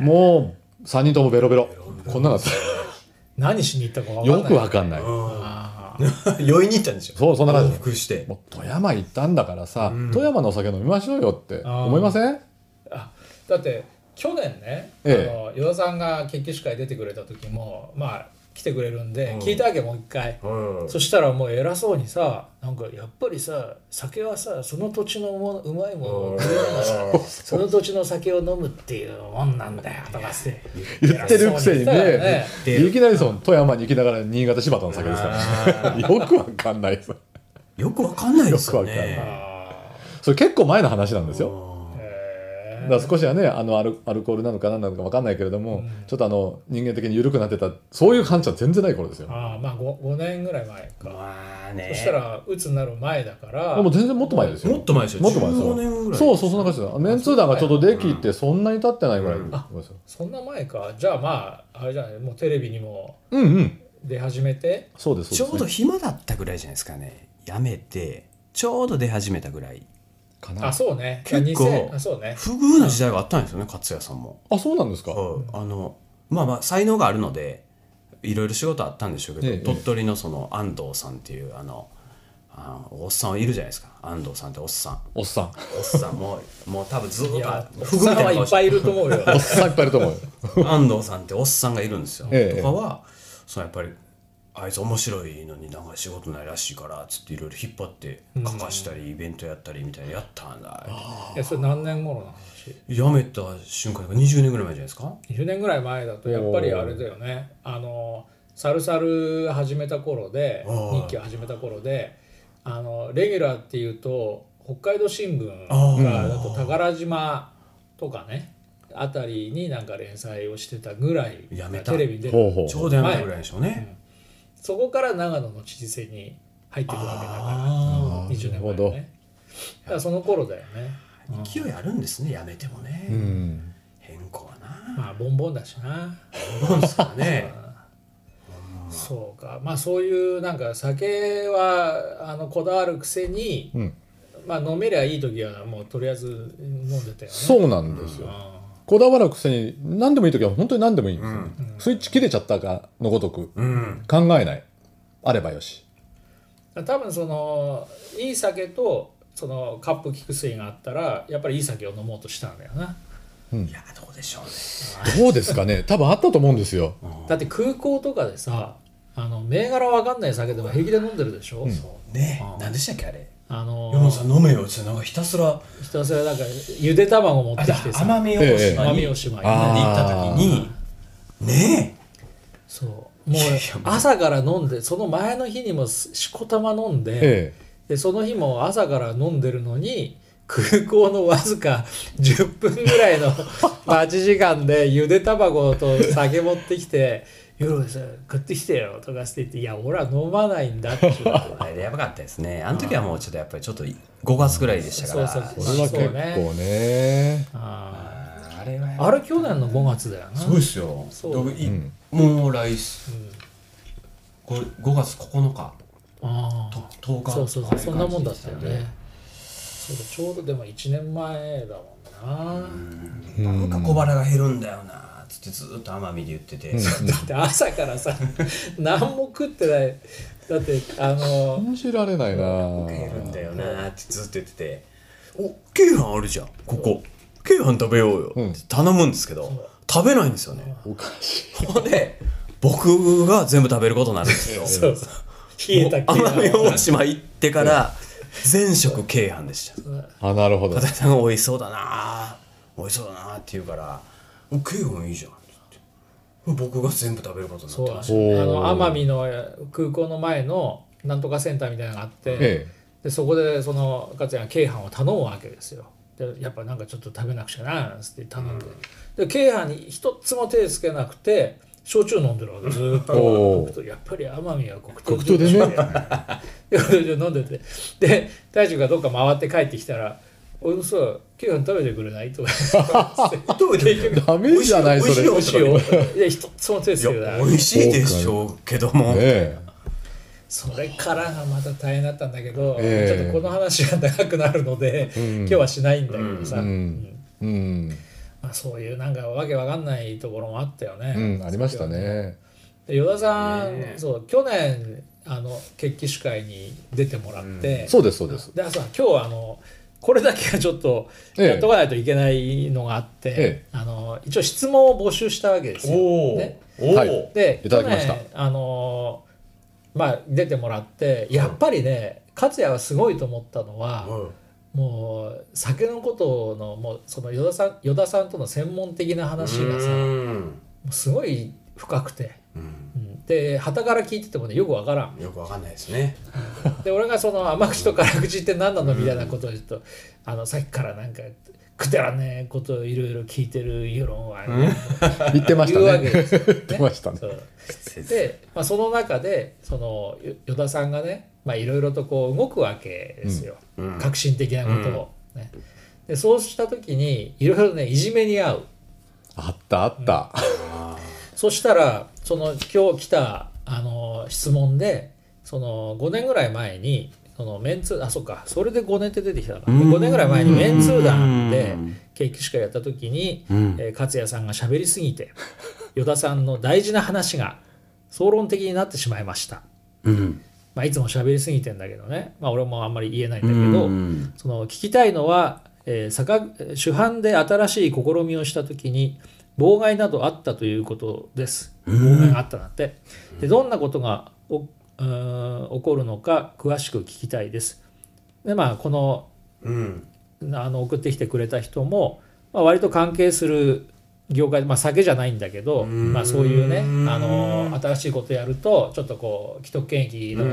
Speaker 3: もう3人ともベロベロこんなのだっ
Speaker 1: 何しに行ったか
Speaker 3: た
Speaker 1: 分かん
Speaker 3: よ
Speaker 1: ない
Speaker 3: くわかんない、
Speaker 2: 酔いに行ったんでしょ
Speaker 3: そうそんな感じ
Speaker 2: 往復して
Speaker 3: もう富山行ったんだからさ、富山のお酒飲みましょうよって思いません
Speaker 1: あだって去年ね、
Speaker 3: ええ
Speaker 1: あの与田さんが研究士会出てくれた時もまあ来てくれるんで、聞いたわけもう一回、
Speaker 2: うん
Speaker 1: そしたらもう偉そうにさなんかやっぱりさ酒はさその土地のものうまいものを食えながらその土地の酒を飲むっていうもんなんだよとかって
Speaker 3: 言ってるくせ
Speaker 1: 偉そう言って
Speaker 3: にね
Speaker 2: たよね
Speaker 3: いきなりその富山に行きながら新潟柴田の酒ですから、よくわかんないです
Speaker 2: よくわかんないですよ
Speaker 3: よくわかん
Speaker 2: ね
Speaker 3: それ結構前の話なんですよ
Speaker 1: え
Speaker 3: だから少しはねあのアルアルコールなのか何なのかわかんないけれども、ちょっとあの人間的に緩くなってたそういう感じは全然ない頃ですよ
Speaker 1: ああまあ 5, 5年ぐらい前か、
Speaker 2: まあ
Speaker 1: そした
Speaker 2: ね
Speaker 1: ら鬱になる前だから
Speaker 3: でも全然もっと前ですよ
Speaker 2: もっと前ですよ
Speaker 3: もっと前ですよ
Speaker 2: 15年ぐらい
Speaker 3: そうそうそんな感じですメンツー団がちょっとできてそんなに経ってないぐらいですよ
Speaker 1: そんな前かじゃあまああれじゃないもうテレビにも
Speaker 3: うんうん
Speaker 1: 出始めて
Speaker 3: そうです
Speaker 2: ち
Speaker 3: そう
Speaker 2: ょ
Speaker 3: です、
Speaker 2: うど暇だったぐらいじゃないですかねやめてちょうど出始めたぐらい
Speaker 3: かな
Speaker 1: あそうね
Speaker 2: 結構
Speaker 1: 2000あそうね
Speaker 2: 不遇な時代があったんですよね勝也さんも
Speaker 3: あそうなんですか、
Speaker 2: はいあのまあまあ才能があるのでいろいろ仕事あったんでしょうけど、
Speaker 3: ええ
Speaker 2: 鳥取のその安藤さんっていうあのあのおっさんいるじゃないですか安藤さんっておっさん
Speaker 3: おっさん
Speaker 2: おっさんもうもう多分ずっと
Speaker 1: いや
Speaker 2: 不遇みたい
Speaker 1: は
Speaker 2: ない顔
Speaker 1: っ
Speaker 2: して
Speaker 1: ぱいいると思うよ
Speaker 3: おっさんいっぱいいると思うよ
Speaker 2: 安藤さんっておっさんがいるんですよ、
Speaker 3: ええ
Speaker 2: とかはそのやっぱりあいつ面白いのになんか仕事ないらしいからっつっていろいろ引っ張って書かしたりイベントやったりみたいなのやったんだ
Speaker 1: いやそれ何年頃の話
Speaker 2: やめた瞬間が20年ぐらい前じゃないですか
Speaker 1: 20年ぐらい前だとやっぱりあれだよねあのサルサル始めた頃で
Speaker 2: は
Speaker 1: 日
Speaker 2: い
Speaker 1: 記始めた頃であのレギュラーっていうと北海道新聞
Speaker 2: あー
Speaker 1: がだと宝島とかねあたりになんか連載をしてたぐらい
Speaker 2: やめた
Speaker 1: テレビに出
Speaker 3: ほう
Speaker 1: る
Speaker 3: ほう
Speaker 2: ちょうどやめたぐらいでしょうね、
Speaker 1: そこから長野の知事選に入ってくるわけだから
Speaker 2: あ
Speaker 1: 20年前
Speaker 3: なるほ
Speaker 1: だ
Speaker 3: ど
Speaker 1: ねだからその頃だよね
Speaker 2: 勢いあるんですねやめてもね、
Speaker 3: うん
Speaker 2: 変更はな
Speaker 1: まあボンボンだしな
Speaker 2: 思うんですから ね
Speaker 1: そうかまあそういうなんか酒はあのこだわるくせに、
Speaker 3: うん
Speaker 1: まあ飲めりゃいい時はもうとりあえず飲んでたよね
Speaker 3: そうなんですよ、
Speaker 1: うん
Speaker 3: こだわらくせに何でもいい時は本当に何でもいいんですよ、スイッチ切れちゃったかのごとく
Speaker 2: うん
Speaker 3: 考えないあればよし
Speaker 1: 多分そのいい酒とそのカップ菊水があったらやっぱりいい酒を飲もうとしたんだよな、
Speaker 2: いやどうでしょうね
Speaker 3: どうですかね多分あったと思うんですよ
Speaker 1: だって空港とかでさあの銘柄わかんない酒でも平気で飲んでるでしょ、
Speaker 2: ね何でしたっけあれ
Speaker 1: あの
Speaker 2: 山本さん飲めよってなんかひたすら
Speaker 1: ひたすらなんかゆで卵持ってきてさ
Speaker 2: 奄美
Speaker 3: え
Speaker 2: 大
Speaker 3: え
Speaker 2: 島
Speaker 1: 奄
Speaker 2: に
Speaker 1: 美
Speaker 2: 行
Speaker 1: 大
Speaker 2: っ
Speaker 1: 島に
Speaker 3: あー
Speaker 2: た時にね
Speaker 1: そうもう朝から飲んでその前の日にもすしこたま飲んで,、
Speaker 3: え
Speaker 1: でその日も朝から飲んでるのに空港のわずか10分ぐらいの待ち時間でゆで卵と酒持ってきて「夜さ食ってきてよ」とかして言って「いや俺は飲まないんだ」って言う
Speaker 2: えあれやばかったですねあの時はもうちょっとやっぱりちょっと5月ぐらいでしたから
Speaker 1: そうそう
Speaker 3: それは結構ね
Speaker 1: あ
Speaker 2: あれはや
Speaker 1: ー
Speaker 2: ば
Speaker 1: あ
Speaker 2: い
Speaker 1: れ去年の5月だよな
Speaker 2: すごいっすよ
Speaker 1: そう
Speaker 2: 僕いもう来週これ5月9日
Speaker 1: あー
Speaker 2: 10日
Speaker 1: そうそうそうそんなもんだったよ
Speaker 2: ああいう
Speaker 1: ねそうだちょうどでも1年前だもんな、
Speaker 2: なんか小腹が減るんだよなつってずっと奄美で言ってて、
Speaker 1: だって朝からさ何も食ってないだってあの
Speaker 3: 信じられないな
Speaker 2: 減るんだよなってずっと言ってて「お鶏飯あるじゃんここ鶏飯食べようよ」
Speaker 3: ん
Speaker 2: って頼むんですけど、食べないんですよね
Speaker 3: おかしい
Speaker 2: ほんで僕が全部食べることになるんですよ
Speaker 1: そうそう冷えた系
Speaker 2: 奄美
Speaker 1: の
Speaker 2: 大島行ってから全食鶏飯でした
Speaker 3: あなるほど
Speaker 2: 片井さんが「美味しそうだな美味しそうだな」って言うから「お鶏飯いいじゃん」って言って僕が全部食べることにな
Speaker 1: そ
Speaker 2: っ
Speaker 1: う
Speaker 2: て
Speaker 1: あ
Speaker 2: ました
Speaker 1: の奄美の空港の前のなんとかセンターみたいなのがあって、
Speaker 3: え
Speaker 1: でそこでその勝也が鶏飯を頼むわけですよでやっぱなんかちょっと食べなくちゃななんつって頼んで、で鶏飯に一つも手つけなくて焼酎飲んでるわけずーっ
Speaker 3: おー
Speaker 1: と黒糖やっぱり奄美は黒
Speaker 3: 黒
Speaker 1: 糖
Speaker 3: 糖でね
Speaker 1: で飲んでて で大将がどっか回って帰ってきたら「俺もさケイさん食べてくれない?」とか
Speaker 2: 食べてみて
Speaker 3: ダメじゃない
Speaker 2: 美味し
Speaker 3: そ
Speaker 2: い
Speaker 3: れ
Speaker 2: 美味しい美味しい
Speaker 1: いや一つも手つけてない
Speaker 2: 美味しいでしょうけども、
Speaker 3: え
Speaker 1: それからがまた大変だったんだけど、
Speaker 3: ええ
Speaker 1: ちょっとこの話が長くなるので、
Speaker 3: ん
Speaker 1: 今日はしないんだけどさ、
Speaker 3: うん
Speaker 1: うん
Speaker 3: えうん、
Speaker 1: まあ、そういうなんかわけわかんないところもあったよね。
Speaker 3: うん、ありましたね
Speaker 1: で依田さん、
Speaker 2: ねえ
Speaker 1: そう去年あの決起集会に出てもらって、
Speaker 3: そうですそうです
Speaker 1: で朝今日はあのこれだけはちょっと
Speaker 3: ええ
Speaker 1: やっとかないといけないのがあって、
Speaker 3: え
Speaker 1: あの一応質問を募集したわけですよ。
Speaker 2: おお、
Speaker 1: ね
Speaker 2: おお、
Speaker 3: はい
Speaker 1: で
Speaker 3: いただきました
Speaker 1: 去年あのーまあ出てもらってやっぱりね勝也はすごいと思ったのは、もう酒のことのもうその依田さん依田さんとの専門的な話がさも
Speaker 2: うん
Speaker 1: うすごい深くて、うん、で傍から聞いててもねよくわからん
Speaker 2: よくわかんないですね
Speaker 1: で俺がその甘口と辛口って何なのみたいなことをちょっとあのさっきからなんかくだらねえことをいろいろ聞いてる世論は、
Speaker 3: 言ってま し
Speaker 1: 言
Speaker 3: た
Speaker 1: うわ
Speaker 3: ね
Speaker 1: けですよ、ね。
Speaker 3: 言ってましたね
Speaker 1: そうで、まあ、その中でそのよ依田さんがねまあいろいろとこう動くわけですよ、
Speaker 2: うん
Speaker 1: 革新的なことを、ねでそうした時にいろいろねいじめに遭う
Speaker 3: あったあった、
Speaker 1: そしたらその今日来たあの質問でその5年ぐらい前にそのメンツーあそっかそれで5年って出てきたのか5年ぐらい前にメンツー団で景気しかやった時に、えー勝也さんが喋りすぎて依田さんの大事な話が総論的になってしまいました。まあ、いつも喋りすぎてんだけどね、まあ、俺もあんまり言えないんだけど、その聞きたいのは、えー酒主犯で新しい試みをした時に妨害などあったということです妨害があったなんてでどんなことがおうーん起こるのか詳しく聞きたいですでまあこの
Speaker 2: うん
Speaker 1: あの送ってきてくれた人も、まあ、割と関係する業界、まあ、酒じゃないんだけど、まあ、そういうねあの新しいことやるとちょっとこう既得権益の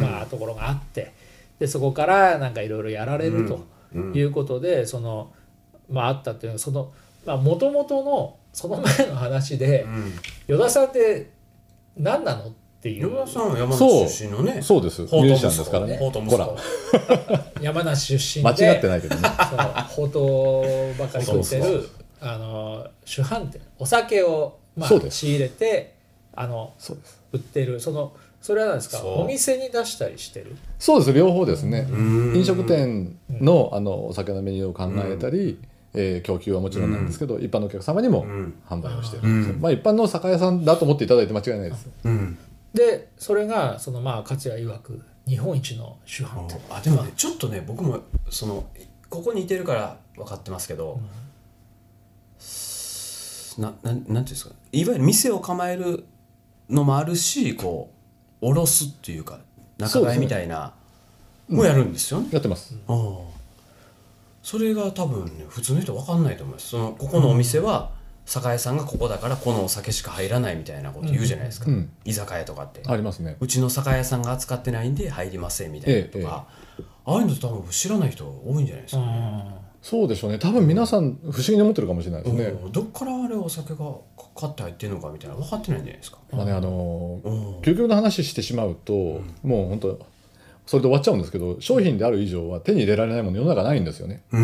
Speaker 1: と,、まあ、ところがあってでそこからなんかいろいろやられるということで、そのまああったっていうのはそのもともとのその前の話で、依田さんって何なのっていう
Speaker 2: 山田さんは山
Speaker 3: そう
Speaker 2: 梨出身のね
Speaker 3: そうですミ
Speaker 2: ほう
Speaker 3: ュ
Speaker 2: とう
Speaker 3: ージ
Speaker 2: 息子
Speaker 3: シャンですからね
Speaker 2: ほうとう息
Speaker 3: ほ
Speaker 2: 子
Speaker 3: ら
Speaker 1: 山梨出身で
Speaker 3: 間違ってないけどね
Speaker 1: そのほうとうばかり食ってるあの主販店お酒を、まあ
Speaker 3: そう、です
Speaker 1: 仕入れてあの
Speaker 3: そうです
Speaker 1: 売ってるそのそれは何ですか
Speaker 2: そう
Speaker 1: お店に出したりしてる
Speaker 3: そうです両方ですね
Speaker 2: ん
Speaker 3: 飲食店のあのお酒のメニューを考えたり、えー供給はもちろんなんですけど、一般のお客様にも
Speaker 2: ん
Speaker 3: 販売をしてるんですよ、まあ、一般の酒屋さんだと思っていただいて間違いないです
Speaker 2: うん
Speaker 1: でそれがそのまあ勝谷曰く日本一の主販店
Speaker 2: あでもねちょっとね僕もそのここにいてるから分かってますけど、なななんていうんですかいわゆる店を構えるのもあるしこう卸すっていうか仲買いみたいなもやるんですよね。
Speaker 3: やってます、
Speaker 2: ああそれが多分ね普通の人分かんないと思いますそのここのお店は酒屋さんがここだからこのお酒しか入らないみたいなこと言うじゃないですか、
Speaker 3: うん
Speaker 2: 居酒屋とかって、
Speaker 3: ありますね
Speaker 2: うちの酒屋さんが扱ってないんで入りませんみたいなとか、ああいうの多分知らない人多いんじゃないですかね、
Speaker 3: そうでしょうね多分皆さん不思議に思ってるかもしれないですね、
Speaker 2: うんどっからあれお酒が買って入ってるのかみたいな分かってないんじゃないですか、
Speaker 3: まあねあのー
Speaker 2: うん
Speaker 3: 究極の話してしまうと、もう本当それで終わっちゃうんですけど商品である以上は手に入れられないもの世の中ないんですよね、
Speaker 2: うん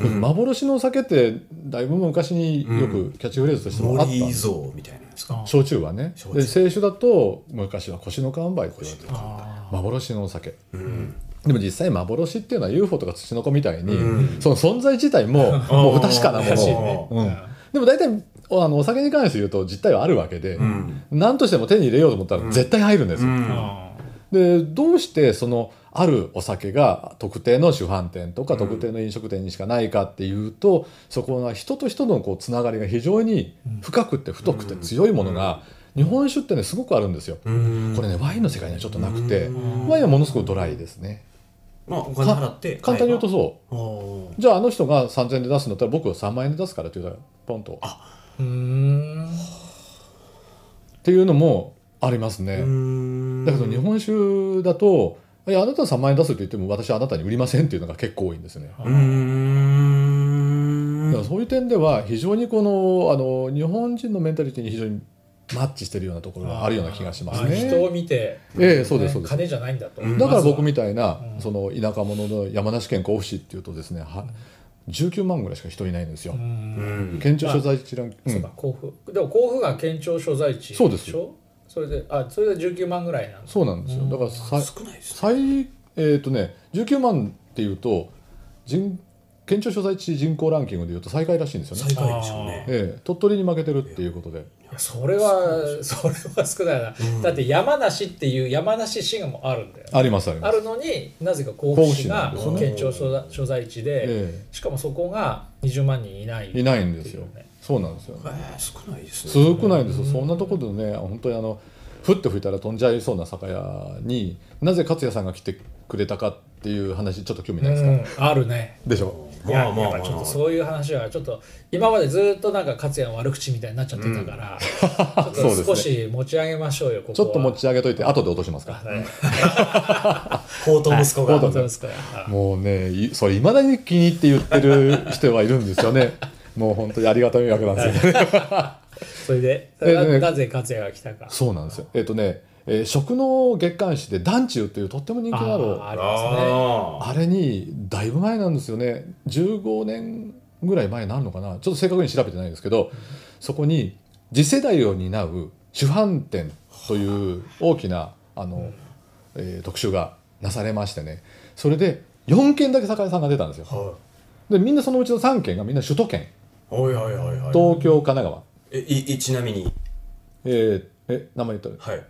Speaker 1: うん
Speaker 3: 幻のお酒ってだいぶ昔によくキャッチフレーズとしてもあったん
Speaker 2: 森
Speaker 3: です、
Speaker 2: 像みたいなんですか、
Speaker 3: 焼酎はね
Speaker 2: 焼酎
Speaker 3: で清酒だと昔は腰の完売って言われてた
Speaker 1: あ
Speaker 3: 幻のお酒
Speaker 2: うん
Speaker 3: でも実際幻っていうのは UFO とかツチノコみたいに、その存在自体 ももう不確かなも
Speaker 2: うん
Speaker 1: ー
Speaker 2: そ
Speaker 1: そう
Speaker 2: う
Speaker 3: の、
Speaker 1: ね
Speaker 3: うんでも大体おあのお酒に関して言うと実態はあるわけで、何としても手に入れようと思ったら絶対入るんですよ、
Speaker 1: あ
Speaker 3: でどうしてそのあるお酒が特定の主販店とか特定の飲食店にしかないかっていうと、そこは人と人のこうつながりが非常に深くて太くて強いものが日本酒ってねすごくあるんですよ。これねワインの世界にはちょっとなくてワインはものすごくドライですね。
Speaker 2: まあお金払って
Speaker 3: 簡単に言うと
Speaker 2: 買
Speaker 3: そ
Speaker 2: えばおー
Speaker 3: うじゃああの人が3,000円で出すんだったら僕は3万円で出すからって言うたらポンとっ
Speaker 1: ーうーん
Speaker 3: ていうのもありますね。
Speaker 2: うん
Speaker 3: だけど日本酒だといやあなたは3万円出すって言っても私はあなたに売りませんっていうのが結構多いんですね。
Speaker 2: うん
Speaker 3: だからそういう点では非常にこのあの日本人のメンタリティに非常にマッチしてるようなところがあるような気がしますね。
Speaker 1: 人を見て、
Speaker 3: ええそうですそうです
Speaker 1: 金じゃないんだと、
Speaker 3: だから
Speaker 1: ま
Speaker 3: 僕
Speaker 1: ずは
Speaker 3: みたいな、その田舎者の山梨県甲府市っていうとですねは19万ぐらいしか人いないんですよ、県庁所在地ランキング、
Speaker 1: そう
Speaker 3: うん
Speaker 1: か甲府でも甲府が県庁所在地
Speaker 3: そうです
Speaker 1: しょそれであそれで19万ぐらいなんです
Speaker 3: そうなんですよだからさ
Speaker 2: 少ないです
Speaker 3: 最えっ、とね19万っていうと人県庁所在地人口ランキングでいうと最下位らしいんですよね
Speaker 2: 最下位でしょうね
Speaker 3: ええ、鳥取に負けてるっていうことで
Speaker 1: いやそれはそれは少ないな、だって山梨っていう山梨市がもあるんだよ
Speaker 3: ありますありま
Speaker 1: あ
Speaker 3: す
Speaker 1: るのになぜか甲府市が
Speaker 3: 甲府市なんです
Speaker 1: 県庁所在所在地で、
Speaker 3: え
Speaker 1: しかもそこが20万人いない
Speaker 3: いないんですよ
Speaker 1: いいよね
Speaker 3: そうなんですよ
Speaker 2: えー少ないですね
Speaker 3: すごくないですよ、そんなところでね本当にあのふって吹いたら飛んじゃいそうな酒屋になぜ勝也さんが来てくれたかっていう話ちょっと興味ないですか、
Speaker 1: うん、あるね
Speaker 3: でしょ
Speaker 1: いや
Speaker 2: まあまあま
Speaker 1: やっぱちょっと
Speaker 2: あ
Speaker 1: そういう話はちょっと今までずっとなんか勝也の悪口みたいになっちゃってたから、ち ょっと少し持ち上げましょうよここは
Speaker 3: ちょっと持ち上げといて後で落としますから
Speaker 1: は い
Speaker 2: 高等息子が
Speaker 1: 本当ですかはい
Speaker 3: もうねいそれいまだに気に入って言ってる人はいるんです よねもう本当にありがたみわけなんですよね
Speaker 1: それで
Speaker 3: ええ
Speaker 1: ななぜ勝也が来たか
Speaker 3: そうなんですよえっ、とね、えー食の月刊誌で「団中」っていうとっても人気のある
Speaker 1: あありますね
Speaker 2: あ
Speaker 3: あれにだいぶ前なんですよね15年ぐらい前になるのかなちょっと正確に調べてないんですけどそこに次世代を担う主犯店という大きなあの、えー特集がなされましてねそれで4件だけ酒屋さんが出たんですよ
Speaker 2: あは
Speaker 3: でみんなそのうちの3件がみんな首都圏
Speaker 2: いはいはいはいはい
Speaker 3: 東京神奈川
Speaker 2: えいいちなみに
Speaker 3: えーえ名前言った
Speaker 2: はい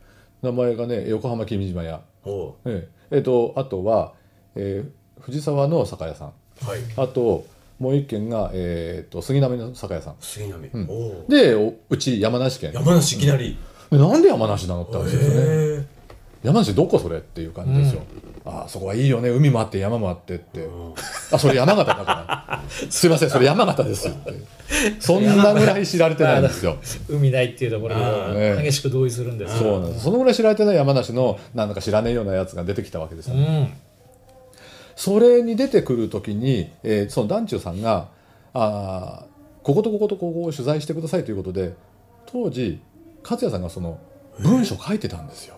Speaker 3: 名前がね横浜君島屋
Speaker 2: おう
Speaker 3: えーえーとあとは、えー藤沢の酒屋さん
Speaker 2: はい
Speaker 3: あともう一軒が、えー、と杉並の酒屋さん
Speaker 2: 杉並
Speaker 3: ん
Speaker 2: おう
Speaker 3: でおうち山梨県
Speaker 2: 山梨いきなり
Speaker 3: でなんで山梨なのって話ですよね
Speaker 2: へえ
Speaker 3: 山梨どこそれっていう感じですよ、ああそこはいいよね海もあって山もあってって、あそれ山形だから すいませんそれ山形ですってそんなぐらい知られてないんですよ
Speaker 1: 海ないっていうところ
Speaker 3: ー
Speaker 1: が激しく同意するんです
Speaker 3: そうなんですそのぐらい知られてない山梨のなんだか知らねえようなやつが出てきたわけですよ、
Speaker 1: うんうん
Speaker 3: それに出てくる時に、えーその団中さんがあーこことこことここを取材してくださいということで当時勝也さんがその文章書いてたんですよ。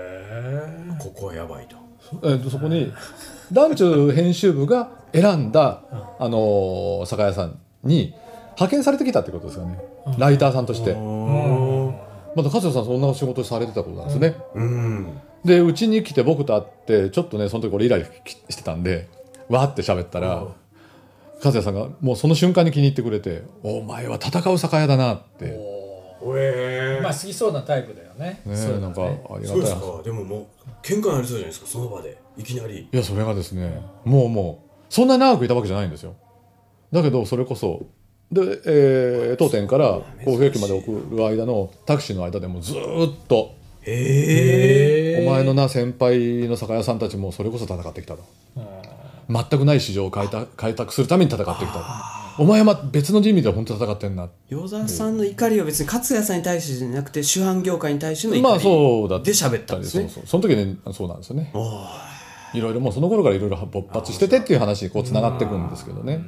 Speaker 1: へ
Speaker 2: ここはやばいと
Speaker 3: えーとそこに団中編集部が選んだ、あのー酒屋さんに派遣されてきたってことですよねライターさんとして。まだ勝也さんそんな仕事されてたことなんですね。
Speaker 2: うん
Speaker 3: でうちに来て僕と会ってちょっとねその時俺イライラしてたんでわーって喋ったら和也さんがもうその瞬間に気に入ってくれて「お前は戦う酒屋だな」って
Speaker 2: おえ
Speaker 1: えまあ好きそうなタイプだよね
Speaker 3: ね
Speaker 1: そうだ
Speaker 3: なんかあり
Speaker 2: そ
Speaker 3: がた
Speaker 2: う
Speaker 3: い
Speaker 2: です
Speaker 3: 話
Speaker 2: かでももう喧嘩になりそうじゃないですかその場でいきなり
Speaker 3: いやそれがですねもうもうそんな長くいたわけじゃないんですよだけどそれこそで、えー当店から甲府駅まで送る間のタクシーの間でもずーっと
Speaker 2: へえ
Speaker 3: 「お前のな先輩の酒屋さんたちもそれこそ戦ってきた」と。全くない市場を開拓開拓するために戦ってきたお前は別の人味で本当に戦ってんな
Speaker 4: 与沢さんの怒りは別に勝也さんに対してじゃなくて主犯業界に対しての怒り
Speaker 3: まあそうだ
Speaker 4: で喋ったんですね
Speaker 3: そうそうその時ねそうなんですよねいろいろもうその頃からいろいろ勃発しててっていう話にこうつながっていくんですけどね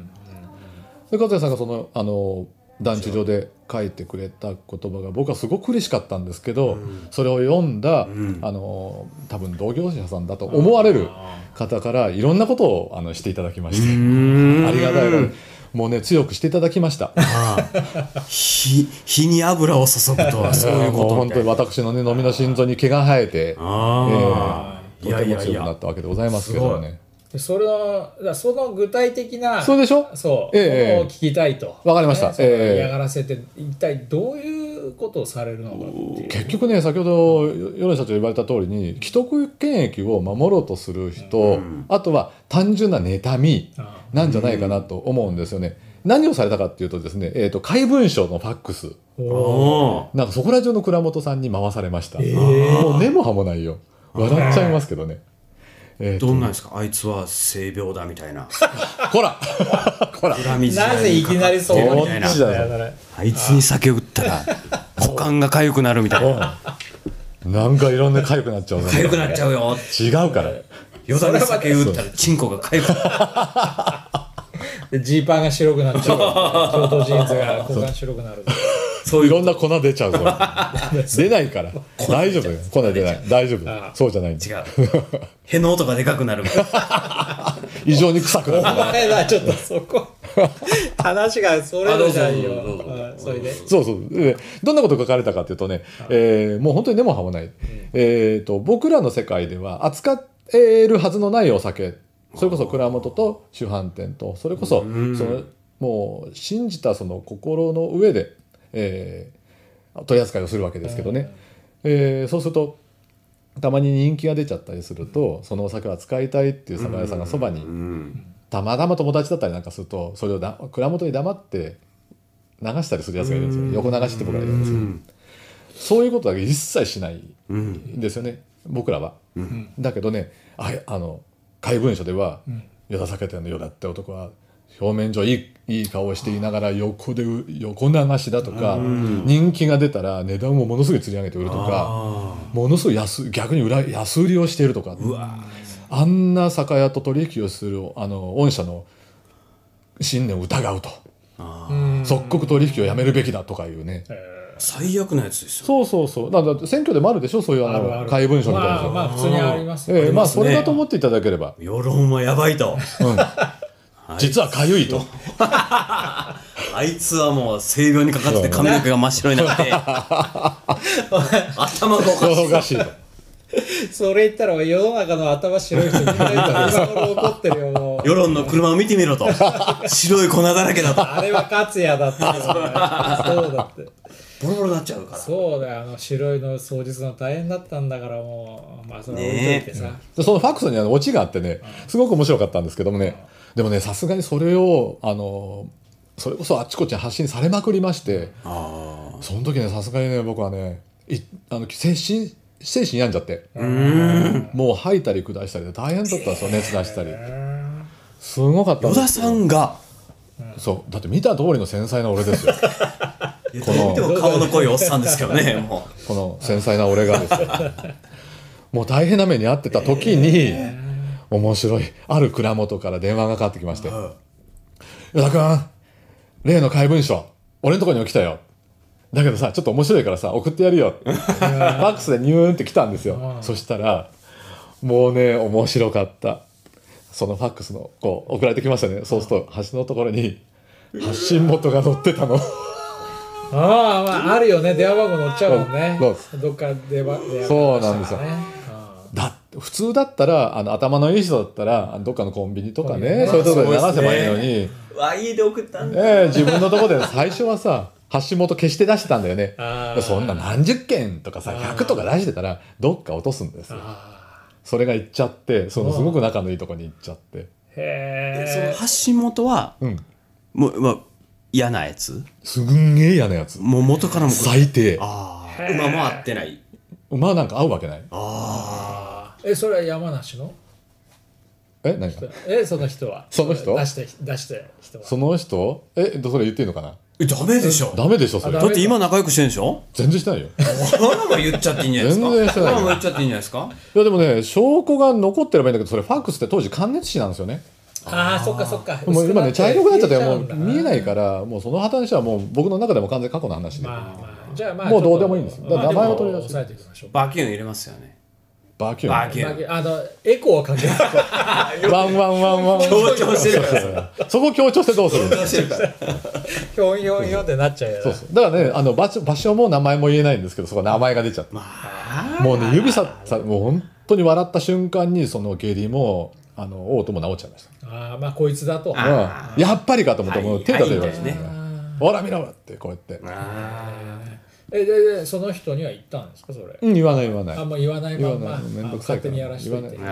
Speaker 3: で勝也さんがそのあの団地上で書いてくれた言葉が僕はすごく嬉しかったんですけど、それを読んだ、あの多分同業者さんだと思われる方からいろんなことをあのしていただきましてありがたいことにもうね強くしていただきました。
Speaker 4: 火火に油を注ぐと はそういう
Speaker 3: もう
Speaker 4: こと
Speaker 3: 本
Speaker 4: み
Speaker 3: 当
Speaker 4: たい
Speaker 3: に
Speaker 4: な
Speaker 3: 私のね、のみの心臓に毛が生えて、
Speaker 2: あ
Speaker 3: ええ
Speaker 2: いや
Speaker 3: と
Speaker 2: い
Speaker 3: ても
Speaker 2: やい
Speaker 3: 強くな
Speaker 2: や
Speaker 3: ったわけでございますけどもね。
Speaker 1: でそれはだからその具体的な
Speaker 3: そうでしょ
Speaker 1: そう、
Speaker 3: ええ
Speaker 1: ここを聞きたいと
Speaker 3: わかりました
Speaker 1: ねその
Speaker 3: ええ
Speaker 1: 嫌がらせって一体どういうことをされるのかっていう
Speaker 3: 結局ね、先ほど米社長言われた通りに、既得権益を守ろうとする人、あとは単純な妬み
Speaker 1: あ
Speaker 3: なんじゃないかなと思うんですよね。何をされたかっていうとですね、えっ、と、怪文書のファックス。
Speaker 2: お
Speaker 3: なんかそこら中の蔵元さんに回されました。もう根も葉もないよ。笑っちゃいますけどね。えーと
Speaker 2: どんなんですかあいつは性病だみたいな
Speaker 3: ほら ほら
Speaker 2: 恨み時代
Speaker 1: なぜいきなりそう
Speaker 2: にかか
Speaker 1: な
Speaker 2: っ
Speaker 1: ん
Speaker 2: てみ
Speaker 1: だ
Speaker 2: たいな
Speaker 3: どっちだよ
Speaker 4: あいつに酒売ったら股間が痒くなるみたいな
Speaker 3: なんかいろんな痒くなっちゃうね。
Speaker 4: 痒くなっちゃうよ
Speaker 3: 違うから。
Speaker 4: 与沢に酒売ったらチンコが痒くなる
Speaker 1: でジーパンが白くなっちゃうショートジーンズが股間白くなる
Speaker 2: そうい
Speaker 3: い
Speaker 2: う
Speaker 3: ろ
Speaker 2: こ
Speaker 3: んな粉 出ちゃうぞ出ないから大丈夫よ粉出ない大丈
Speaker 1: あ
Speaker 3: 夫そうじゃないんだ
Speaker 2: と違う。への音がでかくなるから。
Speaker 3: 異常に臭くなる
Speaker 1: お前らちょっとそ こ話がそれるじゃんよ
Speaker 2: あどうぞどうぞどうぞ
Speaker 1: うんそれで
Speaker 3: そうそう。でどんなことが書かれたかというとね、えーもう本当に根も葉もない。えっと、僕らの世界では扱えるはずのないお酒、それこそ蔵元と主販店と、それこそ、その、もう信じたその心の上で、えー取り扱いをするわけですけどね。えーそうすると、たまに人気が出ちゃったりすると、そのお酒は使いたいっていう酒屋さんがそばに
Speaker 2: うん。
Speaker 3: たまたま友達だったりなんかするとそれをだ蔵元に黙って流したりするやつがいるんですよ横流しって僕ら言うんですけどそういうことだけ一切しない
Speaker 2: うん。
Speaker 3: んですよね僕らは、だけどねああの怪文書では「与田酒店の与田って男は表面上いいいい顔をしていながら横でう横流しだとか人気が出たら値段をものすごい釣り上げて売るとか
Speaker 2: あ
Speaker 3: ものすごい安逆に裏安売りをしているとか
Speaker 2: あ。うわ
Speaker 3: あんな酒屋と取引をするあの御社の信念を疑うと
Speaker 1: うん
Speaker 3: 即刻取引をやめるべきだとかいうね、
Speaker 4: 最悪なやつですよ。
Speaker 3: そうそうそうだから選挙でもあるでしょそういうあ
Speaker 1: あるあ
Speaker 3: の
Speaker 1: る
Speaker 3: 怪文書みたいな
Speaker 1: まあ
Speaker 3: の、
Speaker 1: まあ普通にありますよ
Speaker 3: ええまあ
Speaker 2: すね
Speaker 3: それだと思っていただければ、
Speaker 2: 世論はやばいと。
Speaker 3: うん実はかゆいと
Speaker 2: あいつはもう性病にかかってて髪の毛が真っ白になって。頭がおかし
Speaker 3: お
Speaker 2: い。
Speaker 3: かしいと
Speaker 1: それ言ったら世の中の頭白い人みんな今頃怒ってるよも う
Speaker 2: 世論の車を見てみろと。白い粉だらけだと。
Speaker 1: あれは勝也だったよねそうだって
Speaker 2: ボロボロになっちゃうから。
Speaker 1: そうだよあの白いの掃除するの大変だったんだからもうまあそれ置いといてさ、
Speaker 3: でそのファックスにあのオチがあってねすごく面白かったんですけどもねでもねさすがにそれをあのそれこそあっちこっちに発信されまくりまして
Speaker 2: あ
Speaker 3: その時ねさすがにね僕はねいあの精神精神病んじゃって
Speaker 2: あ。うーん。
Speaker 3: もう吐いたり下したりで大変だったんですよ熱出したりすごかったん
Speaker 2: 与
Speaker 3: で
Speaker 2: 田
Speaker 3: す
Speaker 2: さんが、
Speaker 3: そうだって見た通りの繊細な俺ですよ
Speaker 2: いや
Speaker 3: この
Speaker 2: どう見ても顔の濃いおっさんですけどね、もう。
Speaker 3: この繊細な俺がですよもう大変な目に遭ってた時に、面白いある蔵元から電話がかかってきまして「与田君例の怪文書俺のとこにも来たよ」だけどさちょっと面白いからさ送ってやる よファックスでニューンって来たんですよそしたらもうね面白かったそのファックスのこう送られてきましたねそうすると端のところに発信元が載ってたの
Speaker 1: ああ、まあ、あるよね。電話番号乗っちゃうもんね
Speaker 3: そうそ。
Speaker 1: どっか電話、電話
Speaker 3: そうなんですよ
Speaker 1: ね
Speaker 3: だって普通だったらあの頭のいい人だったらあのどっかのコンビニとかね、
Speaker 1: まあ
Speaker 3: そういうところで流
Speaker 2: そう
Speaker 3: せ
Speaker 2: で
Speaker 3: ば
Speaker 2: すね
Speaker 3: いいのに、
Speaker 2: わ、家で送ったんだ。
Speaker 3: ええ自分のとこで最初は さ発信元消して出してたんだよね
Speaker 1: あー
Speaker 3: そんな何十件とかさ100とか出してたらどっか落とすんですよそれが行っちゃってそのすごく仲のいいとこに行っちゃって
Speaker 4: その
Speaker 1: へえ。
Speaker 4: 橋本は、
Speaker 3: うん
Speaker 4: もう、まあ、嫌なやつ
Speaker 3: すんげえ嫌なやつ
Speaker 4: もう元からもこれ
Speaker 3: 最低
Speaker 2: ああ。馬も合ってない。
Speaker 3: まあなんか合うわけない
Speaker 1: え、それは山梨の
Speaker 3: え何が
Speaker 1: え、その人は。
Speaker 3: その人
Speaker 1: 出して、出して人は。
Speaker 3: その人えどそれ言っていいのかな
Speaker 2: えダメでしょ。
Speaker 3: ダメでしょそれ
Speaker 1: あ
Speaker 4: だって今仲良くしてるんでしょ
Speaker 3: 全然してないよい
Speaker 2: ママも言っちゃっていいんじゃないですか。
Speaker 3: 全然してない
Speaker 2: ママも言っちゃっていいんじゃないですか。
Speaker 3: やでもね証拠が残ってればいいんだけどそれファックスって当時感熱紙なんですよね
Speaker 1: ああ、そっかそっか。。
Speaker 3: もう今ね茶色くなっちゃってもう見えないいからもうその話はもう僕の中でも完全に過去の話で、
Speaker 1: まあまあ。じゃあまあ。
Speaker 3: もうどうでもいいんですよだから名前を取り出
Speaker 1: し
Speaker 3: して
Speaker 1: て。押さえていきましょう。
Speaker 2: バキュン入れますよね。
Speaker 3: バーキュー
Speaker 2: バ
Speaker 3: ン
Speaker 2: キュン。
Speaker 1: あの、エコーをかける。
Speaker 3: ワンワンワンワン
Speaker 2: 強調してるから。
Speaker 3: そこ強調してどうするんです
Speaker 1: ひょんひょんひょんってなっちゃうよ
Speaker 3: そうそうだからねあの場所場所も名前も言えないんですけどそこ名前が出ちゃって、もうね指ささもう本当に笑った瞬間にその下痢もあの嘔吐も治っちゃいまし
Speaker 1: ああ、まあこいつだと。
Speaker 3: た、うんやっぱりかと思っても
Speaker 2: は
Speaker 3: う
Speaker 2: い
Speaker 3: 手立てば
Speaker 2: はいですね
Speaker 3: ほら見ろってこうやって、
Speaker 1: え、で、でその人には言ったんですか、それ。
Speaker 3: うん、言わない言わない
Speaker 1: あんま言わないまんま、
Speaker 3: 言わないめん
Speaker 1: あ
Speaker 3: どくさい
Speaker 1: 勝
Speaker 3: か
Speaker 1: 手
Speaker 3: ら
Speaker 1: にやらしといて。
Speaker 3: 言
Speaker 1: い
Speaker 3: わ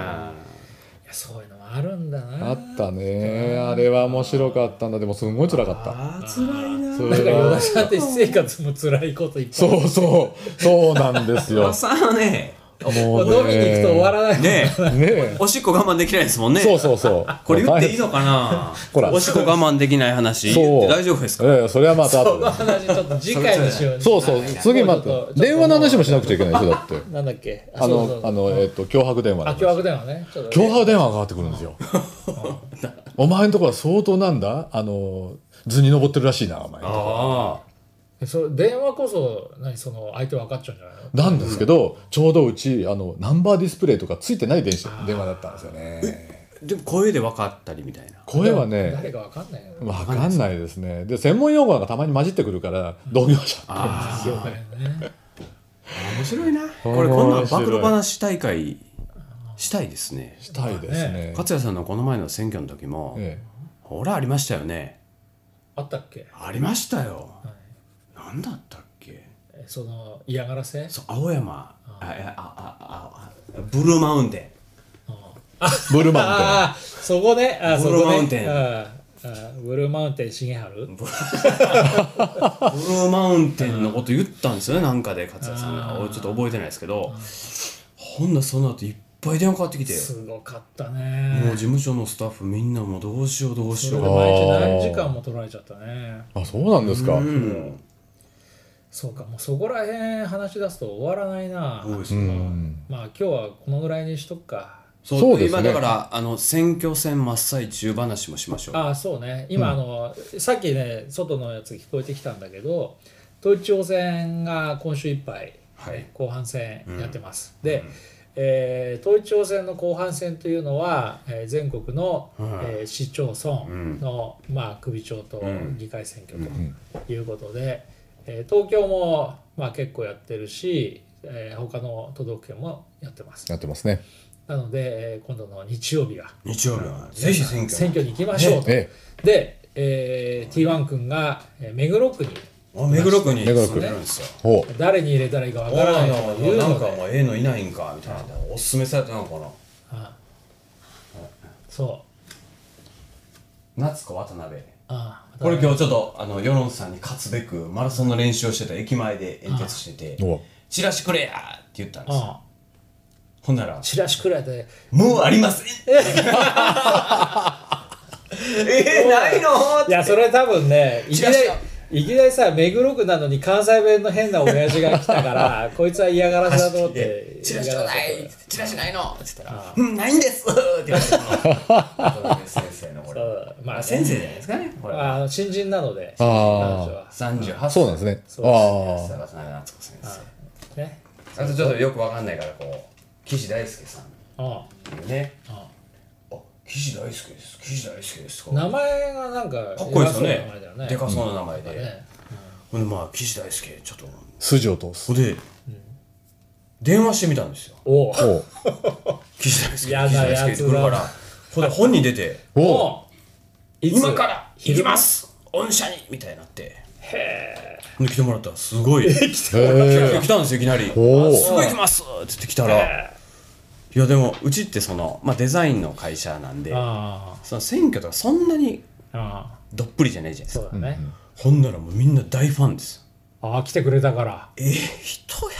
Speaker 1: や、そういうのもあるんだ
Speaker 3: あ
Speaker 1: な。
Speaker 3: ったねあれは面白かったんだでもすごい辛かった
Speaker 4: あー、辛いな
Speaker 3: そ
Speaker 1: だから
Speaker 3: れ
Speaker 1: 与田
Speaker 3: は
Speaker 1: さんって私生活も辛いこといっぱい
Speaker 3: そうそうそうなんです
Speaker 2: お
Speaker 3: よ
Speaker 2: っさんはね、
Speaker 3: もうね
Speaker 1: 飲みに行くと終わらない、
Speaker 2: ねえ、
Speaker 3: ねえ
Speaker 2: おしっこ我慢できないですもんね。
Speaker 3: そうそうそう
Speaker 2: これ言っていいのかな
Speaker 3: ほら
Speaker 2: おしっこ我慢できない話、
Speaker 3: そう
Speaker 2: 大丈夫ですか
Speaker 3: ええそれはま
Speaker 1: そ
Speaker 3: た後
Speaker 1: の
Speaker 3: で
Speaker 1: 話ちょっと次回にしようね
Speaker 3: そうそう次ま
Speaker 1: ちょっと
Speaker 3: た電話の話もしなくちゃいけないでしょだって
Speaker 1: なんだっけ
Speaker 3: あ
Speaker 1: そうそう
Speaker 3: の
Speaker 1: そう
Speaker 3: あのえっと脅迫電話
Speaker 1: あ
Speaker 3: の
Speaker 1: 脅迫電話ねちょっとね
Speaker 3: 脅迫電話がかかってくるんですよお前んとこは相当なんだあの図に登ってるらしいなお前
Speaker 2: ああ。
Speaker 1: えそう電話こそ何その相手分かっちゃうんじゃないの
Speaker 3: なんですけど、ちょうどうちあのナンバーディスプレイとかついてない電子電話だったんですよね
Speaker 2: でも声で分かったりみたいな
Speaker 3: 声は
Speaker 1: 誰
Speaker 3: ね
Speaker 1: か分かんないよね
Speaker 3: わかんないですねで専門用語がたまに混じってくるから同業者って
Speaker 1: 業界のね
Speaker 2: 面白いな
Speaker 3: 白い
Speaker 2: これ今度は暴露話大会したいですね
Speaker 3: したいですね
Speaker 2: 勝谷さんのこの前の選挙の時も、
Speaker 3: ええ
Speaker 2: ほらありましたよね
Speaker 1: あったっけ
Speaker 2: ありましたよ、なんだったっけ
Speaker 1: えその嫌がらせ
Speaker 2: そう青山あああああブルーマウンテ
Speaker 3: ブルーマウンテン
Speaker 1: ああそこねあそこね
Speaker 2: ブルーマウンテン
Speaker 1: ああああブルーマウンテン重春
Speaker 2: ンブルーマウンテンのこと言ったんですよねなんかで勝谷さんが俺ちょっと覚えてないですけどほんならその後いっぱい電話かかってきて
Speaker 1: すごかった
Speaker 2: もう
Speaker 1: ね
Speaker 2: 事務所のスタッフみんなもうどうしようどうし
Speaker 1: それ
Speaker 2: よ
Speaker 1: で
Speaker 2: う
Speaker 1: 毎日何時間も取られちゃったね
Speaker 3: あそうなんですか、
Speaker 2: うん
Speaker 1: そうかもうそこら辺話し出すと終わらないな
Speaker 2: そうです
Speaker 3: うん
Speaker 1: まあ今日はこのぐらいにしとくか
Speaker 2: そう
Speaker 3: そうですね
Speaker 2: 今だからあの選挙戦真っ最中話もしましょう
Speaker 1: ああそうね今、あのさっきね外のやつ聞こえてきたんだけど統一地方選が今週いっぱい、
Speaker 2: はい
Speaker 1: 後半戦やってます、で、えー統一地方選の後半戦というのは、えー全国の、えー市町村の、まあ、首長と議会選挙ということで、えー東京も、まあ、結構やってるし、えー他の都道府県もやってます
Speaker 3: やってますね
Speaker 1: なので、えー今度の日曜日が
Speaker 2: 日曜日はぜひ選挙
Speaker 1: 選挙に行きましょうと。
Speaker 3: え
Speaker 1: で、えー、T1 君が、えー目黒区に
Speaker 2: あ目黒区に
Speaker 3: 目黒区
Speaker 2: 住んでるんですよ
Speaker 3: えほう
Speaker 1: 誰に入れたらいいかわ
Speaker 2: そう
Speaker 1: から
Speaker 2: な
Speaker 1: ない
Speaker 2: ん
Speaker 1: と
Speaker 2: だも
Speaker 1: いう
Speaker 2: うなん
Speaker 1: の
Speaker 2: か
Speaker 1: で
Speaker 2: もうええのいないんかみたいなおすすめされたのか
Speaker 1: あそう
Speaker 2: な夏子渡辺
Speaker 1: ああ
Speaker 2: これ今日ちょっとあの世論さんに勝つべくマラソンの練習をしてた駅前で演説して
Speaker 3: お
Speaker 2: て
Speaker 3: う
Speaker 2: 「チラシくれや!」って言ったんですよ
Speaker 1: あ
Speaker 2: ほんなら
Speaker 1: チラシくらいで
Speaker 2: 「もうありません! 」えー、ないの
Speaker 1: いやそれ多分ねいきなり
Speaker 2: チラシ
Speaker 1: いきなりさ目黒区なのに関西弁の変な親父が来たから こいつは嫌がらせだと思って
Speaker 2: チラシ
Speaker 1: 嫌
Speaker 2: ち
Speaker 1: が
Speaker 2: ょう
Speaker 1: らせ
Speaker 2: だ
Speaker 1: だと
Speaker 2: い
Speaker 1: 思って
Speaker 2: チラシないのって言ったら「うんないんです!」って言われて渡辺先生のこれ
Speaker 1: そうまあ
Speaker 2: ま
Speaker 1: ね
Speaker 2: あ先生じゃないですかねこれ
Speaker 1: あの新人なので
Speaker 3: あ
Speaker 1: 彼
Speaker 3: ー
Speaker 1: 女は、
Speaker 2: 38歳
Speaker 3: そうなんですね
Speaker 1: そう
Speaker 3: ああ
Speaker 2: 渡辺夏子先生
Speaker 1: ね
Speaker 2: あとちょっとよくわかんないからこう岸大輔さん
Speaker 1: あ
Speaker 2: っていうね
Speaker 1: あ
Speaker 2: あ岸大輔です岸大輔です
Speaker 1: 名前がなんか
Speaker 2: かっこいいで
Speaker 1: 偉そ
Speaker 2: すよ
Speaker 1: うな名前だ
Speaker 2: ねでかそうな名前
Speaker 1: ね
Speaker 2: でほんでまあ岸大輔ちょっと
Speaker 3: 筋を通す
Speaker 2: ほんで電話してみたんですよ
Speaker 1: おお
Speaker 3: おう
Speaker 2: 岸大輔岸
Speaker 1: やだ
Speaker 2: 大輔って来るから
Speaker 1: や
Speaker 2: ほんで本に出て
Speaker 3: おう
Speaker 1: もういつ
Speaker 2: 今から行きま
Speaker 1: 昼
Speaker 2: す御社にみたいになってへえ来てもらったらすごい来
Speaker 3: へえ
Speaker 2: たんですよいきなり「す
Speaker 3: お
Speaker 2: ご
Speaker 3: う
Speaker 2: い行きます!」って言って来たらいやでもうちってその、まあ、デザインの会社なんで
Speaker 1: 間あ
Speaker 2: その選挙とかそんなに
Speaker 1: あああ
Speaker 2: どっぷりじゃないじゃないです
Speaker 1: そ
Speaker 2: か
Speaker 1: うだね、
Speaker 2: ほんならもうみんな大ファンですよ
Speaker 1: ああ来てくれたから
Speaker 2: えー、人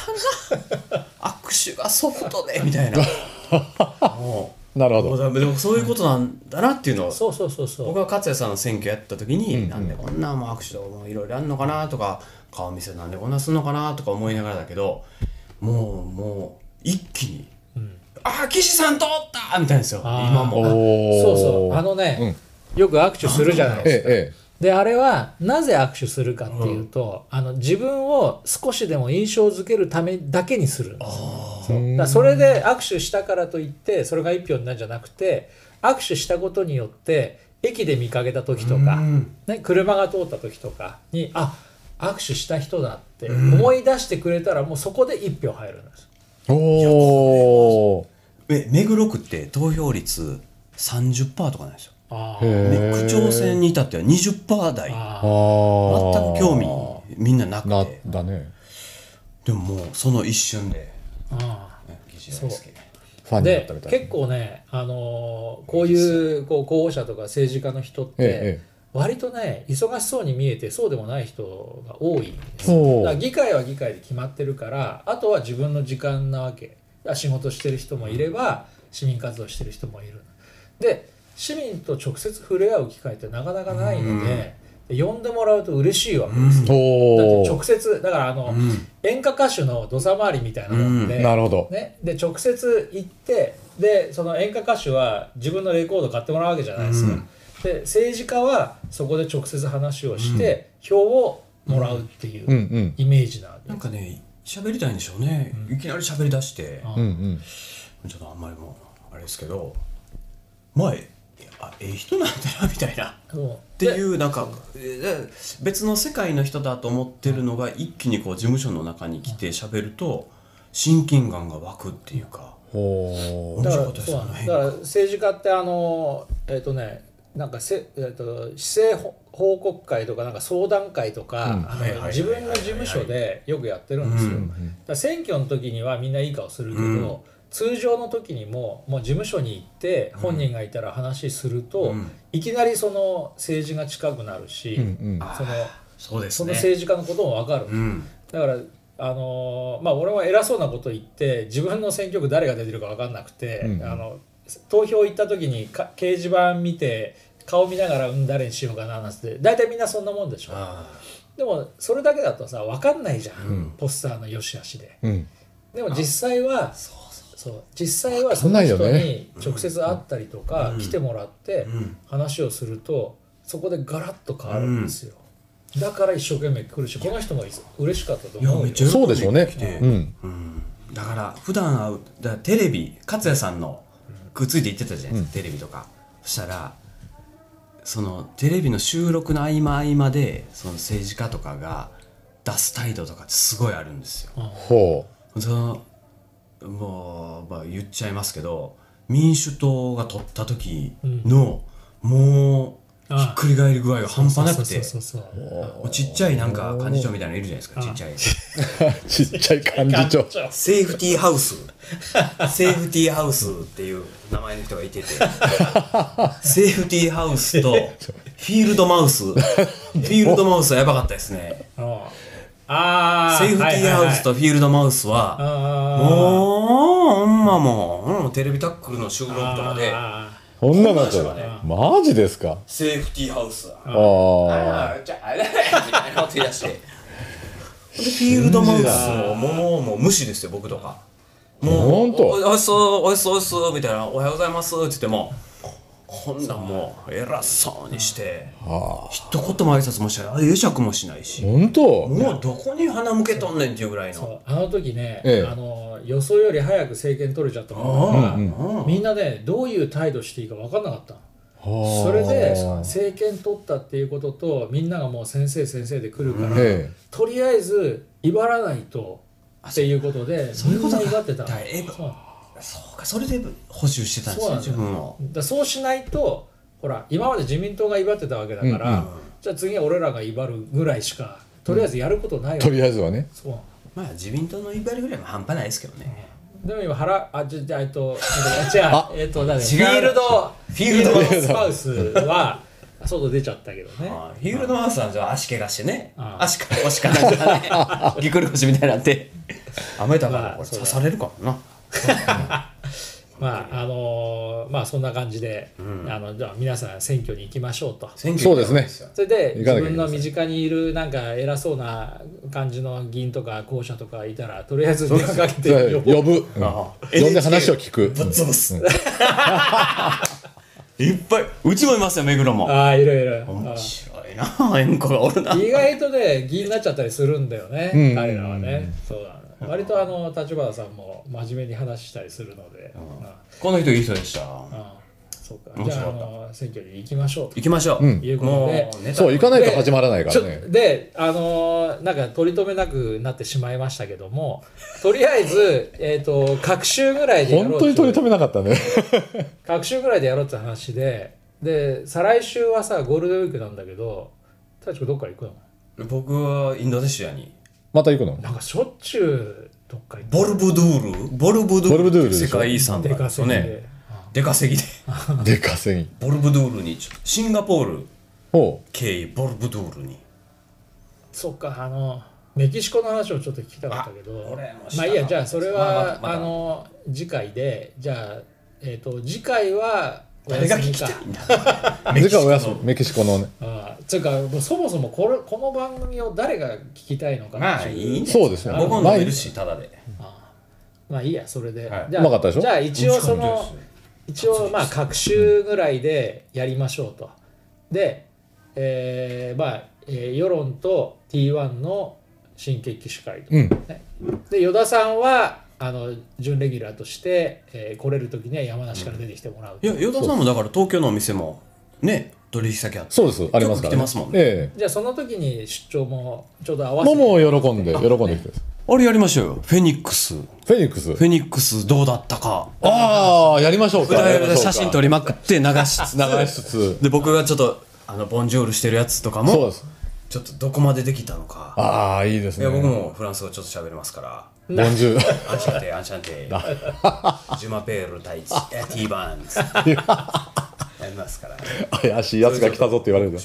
Speaker 2: やな 握手がソフトでみ たいなも
Speaker 3: なる
Speaker 2: うも
Speaker 3: ほ
Speaker 2: う
Speaker 3: ど
Speaker 2: だでもそういうことなんだなっていうのを
Speaker 1: そうそうそうそう
Speaker 2: 僕は勝谷さんの選挙やった時に、なんでこんなもう握手とかもいろいろあんのかなとか顔見せなんでこんなすんのかなとか思いながらだけどもうもう一気に「ああ岸さん通った!」みたいなんですよ
Speaker 1: あー
Speaker 2: 今も
Speaker 3: お
Speaker 1: そうそうあ
Speaker 3: の
Speaker 1: のね、よく握手するじゃない
Speaker 3: え
Speaker 1: ですか
Speaker 3: え
Speaker 1: であれはなぜ握手するかっていうと、あの自分を少しでも印象づけるためだけにするんです
Speaker 3: え
Speaker 1: だ
Speaker 3: え
Speaker 1: からそれで握手したからといってそれが一票になるんじゃなくて握手したことによって駅で見かけた時とか、ね、車が通った時とかにあ握手した人だって思い出してくれたらもうそこで一票入るんです。
Speaker 3: おお
Speaker 2: え目黒区って投票率30%とかなんですよ
Speaker 1: あ
Speaker 3: へ
Speaker 1: ー
Speaker 2: で
Speaker 3: え
Speaker 2: 区長選に至っては20%台全
Speaker 3: あ
Speaker 1: あー
Speaker 3: あ
Speaker 2: く興味みんななく
Speaker 3: な
Speaker 2: て
Speaker 3: だね
Speaker 2: でももうその一瞬で
Speaker 1: あ
Speaker 2: 岸大輔
Speaker 3: ファ
Speaker 1: ー
Speaker 3: ンになっ
Speaker 1: で
Speaker 3: たみたい
Speaker 1: 結構ね、あのーこういうこう候補者とか政治家の人って、
Speaker 3: えええ
Speaker 1: 割とね忙しそうに見えてそうでもない人が多いんです
Speaker 3: そう
Speaker 1: だから議会は議会で決まってるからあとは自分の時間なわけあ仕事してる人もいれば市民活動してる人もいるで市民と直接触れ合う機会ってなかなかないので,、で呼んでもらうと嬉しいわけですよ、だっ
Speaker 3: お
Speaker 1: て直
Speaker 3: お
Speaker 1: 接だからあの、演歌歌手の土佐回りみたいなもんで、
Speaker 3: なるほど
Speaker 1: ね、で直接行ってでその演歌歌手は自分のレコード買ってもらうわけじゃないですか、で政治家はそこで直接話をして、票をもらうっていううんイメージなんで
Speaker 2: なんかね喋りたいんでしょうね、いきなり喋り出して
Speaker 3: うんうん
Speaker 2: ちょっとあんまりもうあれですけど前いやあええ人なんだなみたいな。
Speaker 1: も
Speaker 2: っ
Speaker 1: う
Speaker 2: て
Speaker 1: で
Speaker 2: いうなんかえー別の世界の人だと思ってるのが一気にこう事務所の中に来て喋ると親近感が湧くっていうか
Speaker 3: ほう
Speaker 1: だから
Speaker 2: 面白かったです
Speaker 1: そうなんです
Speaker 2: ね
Speaker 1: だから政治家ってあのえっ、とねなんかせ、えー、と市政報告会とかなんか相談会とか、あの
Speaker 2: はいはいはいはい
Speaker 1: 自分の事務所でよくやってるんですよ、だから選挙の時にはみんないい顔するけど、
Speaker 2: うん
Speaker 1: 通常の時にももう事務所に行って本人がいたら話すると、
Speaker 2: うん
Speaker 1: いきなりその政治が近くなるし、
Speaker 3: うんうん
Speaker 1: その
Speaker 2: そうで
Speaker 1: その政治家のことも分かる、
Speaker 2: うん
Speaker 1: だからあのーまあ俺は偉そうなこと言って自分の選挙区誰が出てるか分かんなくて、
Speaker 3: うん
Speaker 1: あの投票行った時にか掲示板見て顔見ながら、うん、誰にしようかななんつって大体みんなそんなもんでしょ
Speaker 2: あ
Speaker 1: でもそれだけだとさ分かんないじゃん、ポスターの良し悪しで
Speaker 3: うん
Speaker 1: でも実際はそう実際は
Speaker 3: か
Speaker 1: そ
Speaker 3: ん
Speaker 1: の
Speaker 3: ないよ
Speaker 1: 人
Speaker 3: ね
Speaker 1: に直接会ったりとか
Speaker 2: うん
Speaker 1: 来てもらって
Speaker 2: うん
Speaker 1: 話をするとそこでガラッと変わるんですよ、だから一生懸命来るしこの人も嬉しかったと
Speaker 2: いや
Speaker 1: 思う
Speaker 2: め
Speaker 1: よ
Speaker 2: っちゃ喜ん
Speaker 3: そうでしょうね
Speaker 2: 来て
Speaker 3: うん
Speaker 2: うんだから普段会うだからテレビ勝也さんのくっついて行ってたじゃないですか、テレビとかそしたらそのテレビの収録の合間合間でその政治家とかが出す態度とかってすごいあるんですよ
Speaker 3: ほ
Speaker 2: そのもう、まあ、言っちゃいますけど民主党が取った時の、もうひっくり返り具合が半端なくて
Speaker 1: そうそうそうそう
Speaker 2: もうちっちゃいなんか幹事長みたいなのいるじゃないですかちっちゃいう
Speaker 3: ちっちゃい感じ 長
Speaker 2: セーフティーハウスセーフティーハウスっていう名前の人がいててセーフティーハウスとフィールドマウスフィールドマウスはやばかったですね
Speaker 1: ああ
Speaker 2: セーフティーハウスとフィールドマウスは、
Speaker 1: あ
Speaker 2: もう、ほんまもう、うん、テレビタックルの収録とかで、
Speaker 3: そんななっちゃ
Speaker 2: こんなんでし
Speaker 3: うマジですか
Speaker 2: セーフティーハウス。
Speaker 3: ああ
Speaker 2: ああ、じゃあ、あれみたいなこと言い出して。で、フィールドマウスも、もう、もう無視ですよ、僕とか。も
Speaker 3: ほ
Speaker 2: う、
Speaker 3: んと
Speaker 2: おおいしそう、おいしそう、おいしそう、みたいな、おはようございますって言っても、こんなんもう、偉そうにして、一言も挨拶もしない、会釈もしないし、も
Speaker 3: 本当
Speaker 2: うどこに鼻向けとんねんっていうぐらいの。
Speaker 1: あの時ね、
Speaker 3: ええ
Speaker 1: あの予想より早く政権取れちゃったから、みんなねどういう態度していいか分かんなかったのそれで政権取ったっていうこととみんながもう先生先生で来るから、
Speaker 3: え
Speaker 1: とりあえず威張らないとっていうことで
Speaker 2: ういうこと
Speaker 1: み
Speaker 2: か
Speaker 1: んな威張ってたの
Speaker 2: だいぶ
Speaker 1: そう
Speaker 2: そうか、それで補修してたんです
Speaker 1: そう
Speaker 2: ね、
Speaker 1: なんだ
Speaker 2: 自
Speaker 1: よ
Speaker 2: 分を。
Speaker 1: だそうしないとほら今まで自民党が威張ってたわけだから、
Speaker 3: うん
Speaker 1: じゃあ次は俺らが威張るぐらいしかとりあえずやることないわ
Speaker 3: と
Speaker 1: け、
Speaker 3: りあえずはね
Speaker 1: そう
Speaker 2: まあ自民党の威張りぐらいも半端ないですけどね。
Speaker 1: でも今原あじゃじゃえっとじゃあえっとだねフ
Speaker 2: 違う
Speaker 1: ィールド
Speaker 2: フィールド
Speaker 1: フィスパウス は外出ちゃったけどね
Speaker 2: あーフィールドマウスなんて足怪我してね、
Speaker 1: ああ
Speaker 2: 足から腰からなんかね、ぎっくり腰みたいになって、雨だから
Speaker 1: まあ
Speaker 2: これ
Speaker 1: そうだ
Speaker 2: 刺されるからな。
Speaker 1: まああのーまあそんな感じで、あのじゃあ皆さん選挙に行きましょうと
Speaker 2: 選挙
Speaker 3: そうですね
Speaker 1: それで
Speaker 3: 行
Speaker 1: 自
Speaker 3: かなきゃいけ
Speaker 1: 分
Speaker 3: ま
Speaker 1: の
Speaker 3: せん
Speaker 1: 身近にいるなんか偉そうな感じの議員とか公社とかいたらとりあえず電話かけ
Speaker 3: そ
Speaker 1: て
Speaker 3: れ
Speaker 1: 呼ぼう
Speaker 3: 呼ぶうん
Speaker 2: ああ
Speaker 3: 呼んで話を聞く
Speaker 2: ぶっ潰す。いっぱい、うちもいますよ、目黒も。
Speaker 1: ああいろいろあ
Speaker 2: 面
Speaker 1: あ
Speaker 2: 白いな、縁故がおるな。
Speaker 1: 意外とね議員になっちゃったりするんだよね、
Speaker 3: うん
Speaker 1: 彼らはね、そうなの割とあの立花さんも真面目に話したりするので、うん
Speaker 2: この人いい人でした。
Speaker 1: うんそうか
Speaker 2: 面
Speaker 1: じゃ
Speaker 2: 白
Speaker 1: ああ
Speaker 2: かった
Speaker 1: の選挙に行きましょう
Speaker 2: 行きましょう。
Speaker 1: ということ
Speaker 2: もう
Speaker 1: で、
Speaker 2: ネタ
Speaker 3: そう行かないと始まらないか
Speaker 1: ち
Speaker 3: ら
Speaker 1: ょ
Speaker 3: ね
Speaker 1: であのーなんか取り留めなくなってしまいましたけどもとりあえず えっと各週ぐらいでやろ
Speaker 3: 本
Speaker 1: う
Speaker 3: 当に取り留
Speaker 1: め
Speaker 3: めなかったね
Speaker 1: 各週ぐらいでやろうって話でで再来週はさゴールデンウィークなんだけど太一君どっか行くの
Speaker 2: 僕はインドネシアに。
Speaker 3: また行く の
Speaker 1: なんかしょっちゅうどっか行く
Speaker 2: ボルブドゥールボルブドゥ
Speaker 3: ボルブド
Speaker 2: ー
Speaker 3: ゥール
Speaker 2: ル
Speaker 3: でしょ
Speaker 2: 世界遺産
Speaker 1: 出
Speaker 2: なんです
Speaker 1: 稼
Speaker 2: よ
Speaker 1: いで、
Speaker 2: ね。出稼ぎで。
Speaker 3: でかせぎ
Speaker 2: ボルブドゥールにちょシンガポール
Speaker 3: ほ
Speaker 2: 経由ボルブドゥールに
Speaker 1: そっかあのメキシコの話をちょっと聞きたかったけど
Speaker 2: あ俺もし
Speaker 1: ま
Speaker 2: たかった
Speaker 1: あいいやじゃあそれは、
Speaker 2: まあまたまた
Speaker 1: あの次回でじゃあ、えっと次回はお
Speaker 2: 誰が
Speaker 1: 休
Speaker 2: 聞
Speaker 1: み
Speaker 2: きた
Speaker 1: か
Speaker 2: いん
Speaker 3: う
Speaker 2: だ
Speaker 3: で かおやす
Speaker 2: メキシコの
Speaker 3: みメキシコのね
Speaker 1: ああつうかもうそもそもこれこの番組を誰が聞きたいのかな
Speaker 2: ま
Speaker 1: っ
Speaker 2: あ
Speaker 1: て
Speaker 2: いいね
Speaker 3: そうですよ
Speaker 2: 僕も飲めるしタダで
Speaker 1: まあいいやそれで、
Speaker 2: はい
Speaker 1: じゃあ
Speaker 3: うまかったでしょ
Speaker 1: じゃあ一応そ
Speaker 2: 美味し
Speaker 1: の
Speaker 2: かったで
Speaker 1: 一応まあ各週ぐらいでやりましょうとで、えーまあ、えー世論と T1 の新血騎手会と、
Speaker 3: うん
Speaker 1: ねで依田さんはあの準レギュラーとして、えー来れる時には山梨から出てきてもらう、
Speaker 2: いや、与田さんもだから東京のお店も、ね、取引先あって。
Speaker 3: そうですあります
Speaker 2: よく
Speaker 3: から、
Speaker 2: 来てますもんね
Speaker 3: え
Speaker 1: じゃあその時に出張もちょうど合
Speaker 3: え
Speaker 1: わせ
Speaker 3: もう
Speaker 1: て
Speaker 3: もう喜んで喜んできてます
Speaker 2: あれやりましょうよ。フェニックス。フ
Speaker 3: フェニックス
Speaker 2: ェニックスどうだったか。
Speaker 3: ああやりましょうか
Speaker 2: 舞台裏で写真撮
Speaker 3: り
Speaker 2: りまくって流しつつ。
Speaker 3: 流しつつ
Speaker 2: で、僕がちょっと、あの、ボンジョールしてるやつとか
Speaker 3: そうで
Speaker 2: も、
Speaker 3: す
Speaker 2: ちょっとどこまでできたのか。
Speaker 3: ああいいです
Speaker 2: い
Speaker 3: ね
Speaker 2: や、 僕もフランス語ちょっと喋れますから。
Speaker 3: ボンジュール
Speaker 2: アンシャンテ、アンシャンテ。ジュマペール対チ、えティーバ ーンズ。やりますから。
Speaker 3: 怪しいやつが来たぞって言われる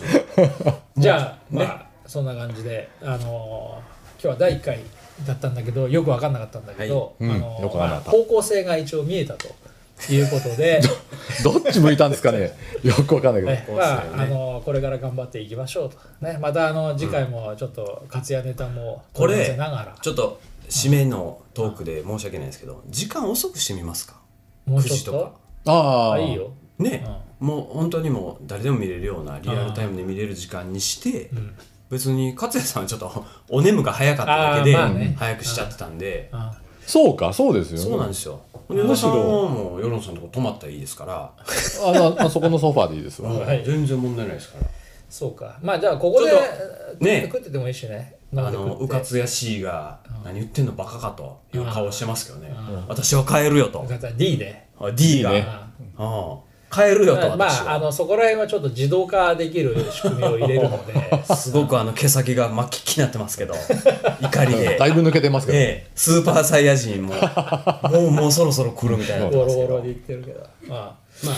Speaker 1: じゃあ、まあそんな感じで、あのー今日は第1回だったんだけどよく分かんなかったんだけど、
Speaker 3: いうん
Speaker 1: あのー
Speaker 3: よく分かんなかった
Speaker 1: まあ方向性が一応見えたということ で、
Speaker 3: どっち向いたんですか ねよくわかんないけど、
Speaker 1: ねまああのーこれから頑張っていきましょうと、ね、またあの次回もちょっと活躍ネタも
Speaker 2: こ
Speaker 1: 取り
Speaker 2: れ
Speaker 1: 寄せながら
Speaker 2: ちょっと締めのトークで申し訳ないですけど時間遅くしてみますか
Speaker 1: もう
Speaker 2: 9時
Speaker 1: ちょっ
Speaker 2: と
Speaker 1: と
Speaker 3: あ
Speaker 1: あ
Speaker 3: あ
Speaker 1: いいよ、
Speaker 2: ね、もう本当にもう誰でも見れるようなリアルタイムで見れる時間にして、
Speaker 1: ん
Speaker 2: 別に勝谷さんはちょっとお眠が早かっただけで、
Speaker 1: あーまあね
Speaker 2: 早くしちゃってたんで、
Speaker 1: うん、
Speaker 3: そうかそうですよ
Speaker 2: そうなんですすよむしろもう世論さんのとこ泊まったらいいですから、
Speaker 3: あのあそこのソファーでいいですわ
Speaker 1: はい
Speaker 2: 全然問題ないですから。
Speaker 1: そうかまあじゃあここで
Speaker 2: ちょっと
Speaker 1: ね
Speaker 2: ね
Speaker 1: 食っててもいいしね
Speaker 2: あのうかつやしいが、何言ってんのバカかという顔してますけどね、私は変えるよと
Speaker 1: う、かつは D で、
Speaker 2: あ D が、
Speaker 3: いいね
Speaker 1: うん
Speaker 2: ああ変えるよと私は、
Speaker 1: まあ、あのそこら辺はちょっと自動化できる仕組みを入れる ので
Speaker 2: すごくあの毛先が巻きっきになってます けど怒りで
Speaker 3: だいぶ抜けてますけど、
Speaker 2: ええスーパーサイヤ 人ももうもうそろそろ来るみたいになって
Speaker 1: ボ
Speaker 2: ま
Speaker 1: ロ
Speaker 2: すけ
Speaker 1: ボ
Speaker 2: ど
Speaker 1: ロで言ってるけどまあ
Speaker 2: まあ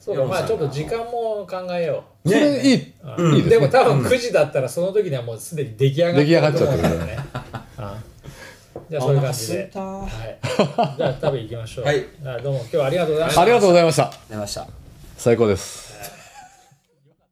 Speaker 1: そうか
Speaker 2: 山
Speaker 1: まあ
Speaker 2: さん
Speaker 1: ちょっと時間も考えよ
Speaker 3: それいい、
Speaker 1: う、
Speaker 3: いいです
Speaker 1: で
Speaker 3: ね
Speaker 1: も多分9時だったらその時にはもうすでに出来上がってと思うんだよねうんじゃあそういう感じ で、はい、じゃあ食べ行きましょう、
Speaker 2: はい
Speaker 1: じゃあどうも今日はありがとうございました
Speaker 3: ありがとうございました
Speaker 2: 出ました
Speaker 3: 最高です